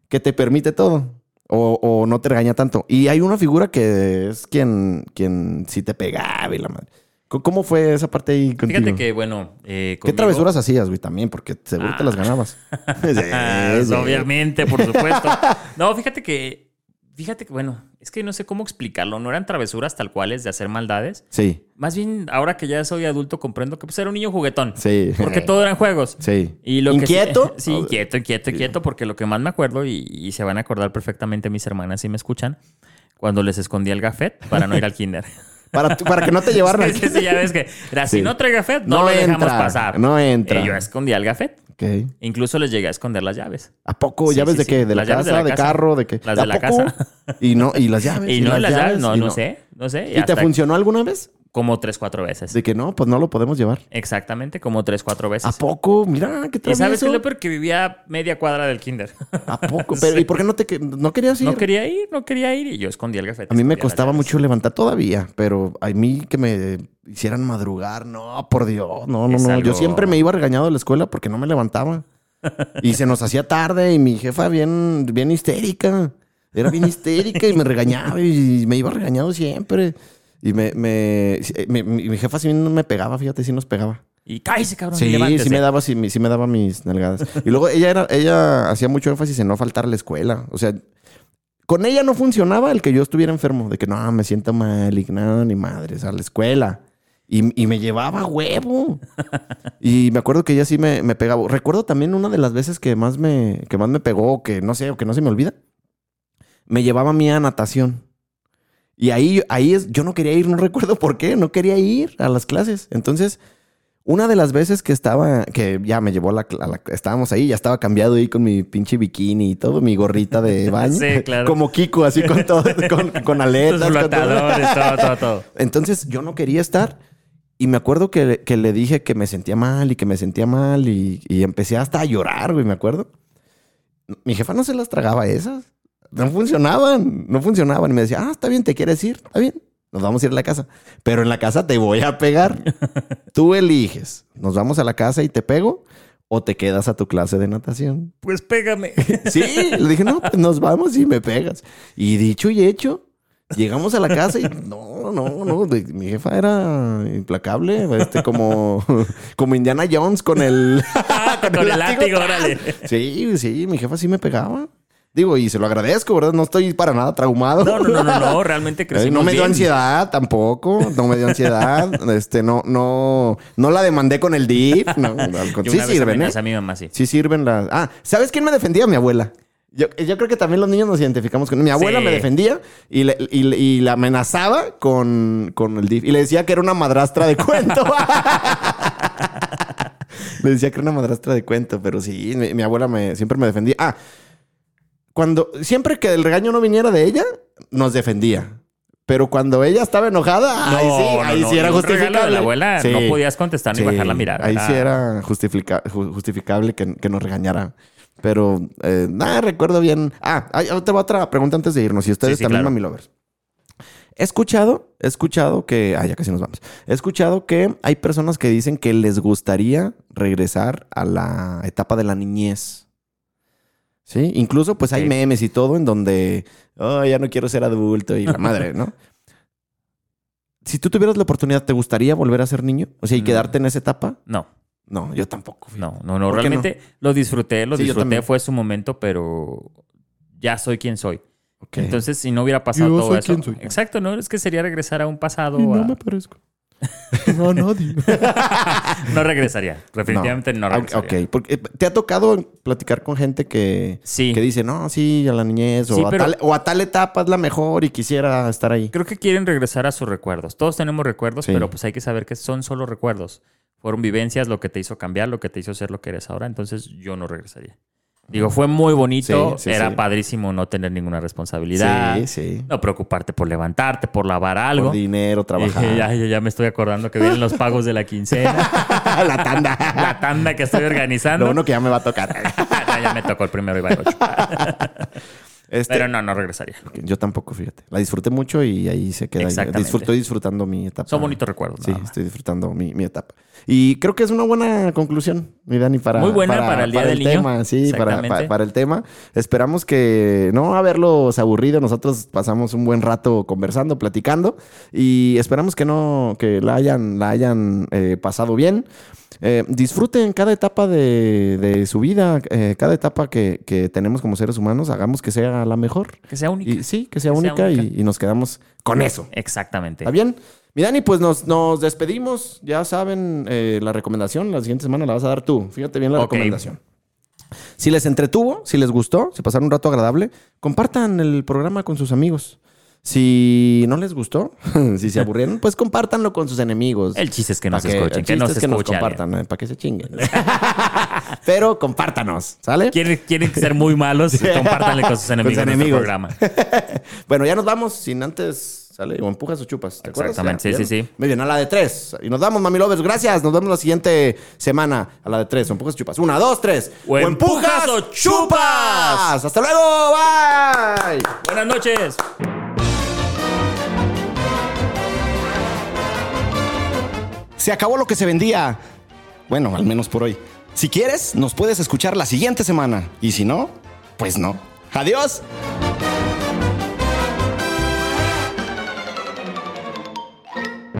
[SPEAKER 1] que te permite todo. O, o no te regaña tanto. Y hay una figura que es quien, quien sí te pegaba y la madre. Co- ¿Cómo fue esa parte ahí contigo?
[SPEAKER 3] Fíjate que, bueno. eh,
[SPEAKER 1] ¿Qué
[SPEAKER 3] conmigo-
[SPEAKER 1] travesuras hacías, güey? También, porque seguro te las ganabas. Sí,
[SPEAKER 3] Ah,
[SPEAKER 1] sí.
[SPEAKER 3] Obviamente, por supuesto. No, fíjate que. Fíjate que, bueno, es que no sé cómo explicarlo. No eran travesuras tal cuales de hacer maldades.
[SPEAKER 1] Sí,
[SPEAKER 3] Más bien, ahora que ya soy adulto, comprendo que pues era un niño juguetón.
[SPEAKER 1] sí.
[SPEAKER 3] Porque todo eran juegos.
[SPEAKER 1] Sí.
[SPEAKER 3] Y lo
[SPEAKER 1] ¿Inquieto?
[SPEAKER 3] Que sí, sí, inquieto, inquieto, inquieto, porque lo que más me acuerdo, y, y se van a acordar perfectamente mis hermanas si me escuchan, cuando les escondía el gafet para no ir al kinder.
[SPEAKER 1] Para, para que no te llevaran
[SPEAKER 3] Sí, sí, sí, ya ves que era, si
[SPEAKER 1] Sí.
[SPEAKER 3] no trae gafet, no,
[SPEAKER 1] No
[SPEAKER 3] lo dejamos
[SPEAKER 1] entra,
[SPEAKER 3] pasar.
[SPEAKER 1] no entra.
[SPEAKER 3] Y yo escondía el gafet.
[SPEAKER 1] Ok.
[SPEAKER 3] Incluso les llegué a esconder las llaves.
[SPEAKER 1] ¿A poco?
[SPEAKER 3] Sí,
[SPEAKER 1] ¿Llaves
[SPEAKER 3] sí,
[SPEAKER 1] de
[SPEAKER 3] sí.
[SPEAKER 1] qué? ¿De la
[SPEAKER 3] Las llaves
[SPEAKER 1] casa?
[SPEAKER 3] de
[SPEAKER 1] ¿De,
[SPEAKER 3] la casa.
[SPEAKER 1] carro? ¿De qué?
[SPEAKER 3] Las de
[SPEAKER 1] ¿A
[SPEAKER 3] la
[SPEAKER 1] poco?
[SPEAKER 3] casa.
[SPEAKER 1] Y no, y Pues las llaves.
[SPEAKER 3] Y no las llaves, no,
[SPEAKER 1] y
[SPEAKER 3] no sé, no sé.
[SPEAKER 1] ¿Y te
[SPEAKER 3] hasta
[SPEAKER 1] funcionó alguna vez?
[SPEAKER 3] Como tres, cuatro veces.
[SPEAKER 1] De que no, pues no lo podemos llevar.
[SPEAKER 3] Exactamente, como tres, cuatro
[SPEAKER 1] ¿A
[SPEAKER 3] veces.
[SPEAKER 1] poco? Mira, qué
[SPEAKER 3] ¿Y sabes qué es
[SPEAKER 1] travieso.
[SPEAKER 3] lo peor? Que vivía media cuadra del kinder.
[SPEAKER 1] ¿A poco? Pero, ¿Y por qué no te que- no querías ir?
[SPEAKER 3] No quería ir, no quería ir y yo escondí el gafete.
[SPEAKER 1] a mí me
[SPEAKER 3] escondía las
[SPEAKER 1] costaba
[SPEAKER 3] llaves.
[SPEAKER 1] mucho levantar todavía, pero a mí que me hicieran madrugar, no, por Dios, no, no,
[SPEAKER 3] Es
[SPEAKER 1] no.
[SPEAKER 3] algo-
[SPEAKER 1] Yo siempre me iba regañado de la escuela porque no me levantaba. Y se nos hacía tarde y mi jefa bien, bien histérica. Era bien histérica y me regañaba y me iba regañado siempre. Y me, me, eh, me- mi, mi jefa sí me pegaba, fíjate, sí nos pegaba.
[SPEAKER 3] Y cállese, cabrón.
[SPEAKER 1] Sí,
[SPEAKER 3] levántese.
[SPEAKER 1] sí me daba, sí, me- sí me daba mis nalgadas. Y luego ella era, ella hacía mucho énfasis en no faltar a la escuela. O sea, con ella no funcionaba el que yo estuviera enfermo, de que no, me siento mal, y que, no, ni madres, a la escuela. Y, y me llevaba a huevo. Y me acuerdo que ella sí me, me pegaba. Recuerdo también una de las veces que más me, que más me pegó, que no sé, o que no se me olvida. Me llevaba a mí a natación. Y ahí, ahí es, yo no quería ir, no recuerdo por qué, no quería ir a las clases. Entonces, Una de las veces que estaba, que ya me llevó a la, a la- Estábamos ahí, ya estaba cambiado ahí con mi pinche bikini y todo, mi gorrita de baño.
[SPEAKER 3] Sí, claro.
[SPEAKER 1] Como Kiko, así con todo, con, con aletas.
[SPEAKER 3] Los
[SPEAKER 1] con todo.
[SPEAKER 3] flotadores, todo, todo, todo.
[SPEAKER 1] Entonces yo no quería estar y me acuerdo que, que le dije que me sentía mal y que me sentía mal y, y empecé hasta a llorar, güey, me acuerdo. Mi jefa no se las tragaba esas. No funcionaban, no funcionaban. Y me decía, ah, está bien, te quieres ir, está bien, nos vamos a ir a la casa. Pero en la casa te voy a pegar. Tú eliges, nos vamos a la casa y te pego o te quedas a tu clase de natación.
[SPEAKER 3] Pues pégame.
[SPEAKER 1] Sí, le dije, no, pues nos vamos y me pegas. Y dicho y hecho, llegamos a la casa y no, no, no, de- mi jefa era implacable, este, como, como Indiana Jones con el,
[SPEAKER 3] Ah, Con el látigo, órale.
[SPEAKER 1] Sí, sí, mi jefa sí me pegaba. Digo, y se lo agradezco, ¿verdad? No estoy para nada traumado.
[SPEAKER 3] No, no, no, no, no, realmente
[SPEAKER 1] Eh,
[SPEAKER 3] crecimos
[SPEAKER 1] No me dio
[SPEAKER 3] bien.
[SPEAKER 1] ansiedad tampoco, no me dio ansiedad, este, no, no, no la demandé con el DIP, no, al con-
[SPEAKER 3] Yo
[SPEAKER 1] sí
[SPEAKER 3] una vez
[SPEAKER 1] sirven, ¿eh?
[SPEAKER 3] amenacé a mi mamá, sí.
[SPEAKER 1] Sí sirven las... Ah, ¿sabes quién me defendía? Mi abuela. Yo, yo creo que también los niños nos identificamos con... Mi abuela
[SPEAKER 3] Sí.
[SPEAKER 1] me defendía y, le- y, le- y la amenazaba con, con el DIF. Y le decía que era una madrastra de cuento. le decía que era una madrastra de cuento, pero sí, mi, mi abuela me, siempre me defendía. Ah, cuando... Siempre que el regaño no viniera de ella, nos defendía. Pero cuando ella estaba enojada, ahí sí,
[SPEAKER 3] No, no,
[SPEAKER 1] ahí
[SPEAKER 3] no,
[SPEAKER 1] sí era
[SPEAKER 3] y un regalo de la
[SPEAKER 1] justificable.
[SPEAKER 3] abuela, no podías contestar ni bajar la mirada.
[SPEAKER 1] Ahí
[SPEAKER 3] Era-
[SPEAKER 1] sí era justifica- ju- justificable que, que nos regañara. Pero eh, nada, recuerdo bien. Ah, hay otra, otra pregunta antes de irnos. Y ustedes
[SPEAKER 3] Sí, sí,
[SPEAKER 1] también,
[SPEAKER 3] claro.
[SPEAKER 1] mami lovers. He escuchado, he escuchado que. Ah, ya casi nos vamos. He escuchado que hay personas que dicen que les gustaría regresar a la etapa de la niñez. Sí, incluso pues hay
[SPEAKER 3] Sí.
[SPEAKER 1] memes y todo en donde. Oh, ya no quiero ser adulto y la madre, ¿no? Si tú tuvieras la oportunidad, ¿te gustaría volver a ser niño? O sea, y
[SPEAKER 3] Mm.
[SPEAKER 1] quedarte en esa etapa.
[SPEAKER 3] No,
[SPEAKER 1] No, yo tampoco. fíjate.
[SPEAKER 3] no, no, no.
[SPEAKER 1] ¿Por qué no?
[SPEAKER 3] Realmente lo disfruté, lo
[SPEAKER 1] Sí, yo
[SPEAKER 3] disfruté.
[SPEAKER 1] también.
[SPEAKER 3] Fue su momento, pero ya soy quien soy.
[SPEAKER 1] Ok.
[SPEAKER 3] Entonces, si no hubiera pasado
[SPEAKER 8] Yo
[SPEAKER 3] todo
[SPEAKER 8] soy
[SPEAKER 3] eso.
[SPEAKER 8] quien soy.
[SPEAKER 3] Exacto, no es que sería regresar a un pasado.
[SPEAKER 8] Y no
[SPEAKER 3] a-
[SPEAKER 8] me parezco. No, nadie.
[SPEAKER 3] No regresaría. Definitivamente no,
[SPEAKER 1] Ah,
[SPEAKER 3] regresaría.
[SPEAKER 1] Ok, porque eh, te ha tocado platicar con gente que,
[SPEAKER 3] Sí.
[SPEAKER 1] que dice, no, sí, a la niñez o,
[SPEAKER 3] Sí,
[SPEAKER 1] a
[SPEAKER 3] pero-
[SPEAKER 1] tal, o a tal etapa es la mejor y quisiera estar ahí.
[SPEAKER 3] Creo que quieren regresar a sus recuerdos. Todos tenemos recuerdos,
[SPEAKER 1] Sí.
[SPEAKER 3] pero pues hay que saber que son solo recuerdos. Fueron vivencias lo que te hizo cambiar, lo que te hizo ser lo que eres ahora. Entonces yo no regresaría. Digo, fue muy bonito.
[SPEAKER 1] Sí, sí,
[SPEAKER 3] Era
[SPEAKER 1] sí.
[SPEAKER 3] padrísimo no tener ninguna responsabilidad.
[SPEAKER 1] Sí, sí.
[SPEAKER 3] No preocuparte por levantarte, por lavar algo.
[SPEAKER 1] Por dinero, trabajar.
[SPEAKER 3] Dije, ya, ya, ya me estoy acordando que vienen los pagos de la quincena,
[SPEAKER 1] la tanda.
[SPEAKER 3] la tanda que estoy organizando.
[SPEAKER 1] Lo bueno que ya me va a tocar.
[SPEAKER 3] Ah, ya me tocó el primero y va el ocho.
[SPEAKER 1] Este,
[SPEAKER 3] Pero no, no regresaría.
[SPEAKER 1] Yo tampoco, fíjate. La disfruté mucho y ahí se queda.
[SPEAKER 3] Exactamente.
[SPEAKER 1] Disfruto, estoy disfrutando mi etapa.
[SPEAKER 3] Son bonitos recuerdos,
[SPEAKER 1] Sí,
[SPEAKER 3] nada más.
[SPEAKER 1] estoy disfrutando mi, mi etapa. Y creo que es una buena conclusión, mi Dani, para,
[SPEAKER 3] Muy buena para el Día del Niño.
[SPEAKER 1] tema. Sí, para,
[SPEAKER 3] Exactamente.
[SPEAKER 1] pa- para el tema. Esperamos que no haberlos aburrido. Nosotros pasamos un buen rato conversando, platicando y esperamos que no, que la hayan, la hayan eh, pasado bien. Eh, disfruten cada etapa de, de su vida, eh, cada etapa que, que tenemos como seres humanos, hagamos que sea la mejor.
[SPEAKER 3] Que sea único.
[SPEAKER 1] Y, sí, que sea
[SPEAKER 3] Que sea
[SPEAKER 1] única, Y,
[SPEAKER 3] única.
[SPEAKER 1] y nos quedamos con eso.
[SPEAKER 3] Exactamente.
[SPEAKER 1] ¿Está bien? Mi Dani, pues nos, nos despedimos. Ya saben eh, la recomendación. La siguiente semana la vas a dar tú. Fíjate bien la
[SPEAKER 3] Ok.
[SPEAKER 1] recomendación. Si les entretuvo, si les gustó, si pasaron un rato agradable, compartan el programa con sus amigos. Si no les gustó, si se aburrieron, pues compártanlo con sus enemigos.
[SPEAKER 3] El chiste es que
[SPEAKER 1] Pa'
[SPEAKER 3] nos escuchen,
[SPEAKER 1] el
[SPEAKER 3] que
[SPEAKER 1] chiste
[SPEAKER 3] nos eh.
[SPEAKER 1] es que nos
[SPEAKER 3] escuchen.
[SPEAKER 1] compartan, para que se chinguen. Pero compártanos, ¿sale?
[SPEAKER 3] Quieren, quieren ser muy malos, compártanle con sus enemigos,
[SPEAKER 1] Con sus
[SPEAKER 3] nuestro
[SPEAKER 1] enemigos.
[SPEAKER 3] programa.
[SPEAKER 1] Bueno, ya nos vamos sin antes. ¿Sale? O empujas o chupas. ¿te acuerdas?
[SPEAKER 3] Exactamente,
[SPEAKER 1] Ya,
[SPEAKER 3] sí,
[SPEAKER 1] ¿vieron?
[SPEAKER 3] sí, sí.
[SPEAKER 1] Muy bien, a la de tres. Y nos damos, mami lovers. Gracias. Nos vemos la siguiente semana a la de tres. O empujas o chupas. Una, dos, tres.
[SPEAKER 3] O empujas o chupas.
[SPEAKER 1] Hasta luego. Bye.
[SPEAKER 3] Buenas noches.
[SPEAKER 1] Se acabó lo que se vendía. Bueno, al menos por hoy. Si quieres, nos puedes escuchar la siguiente semana. Y si no, pues no. Adiós.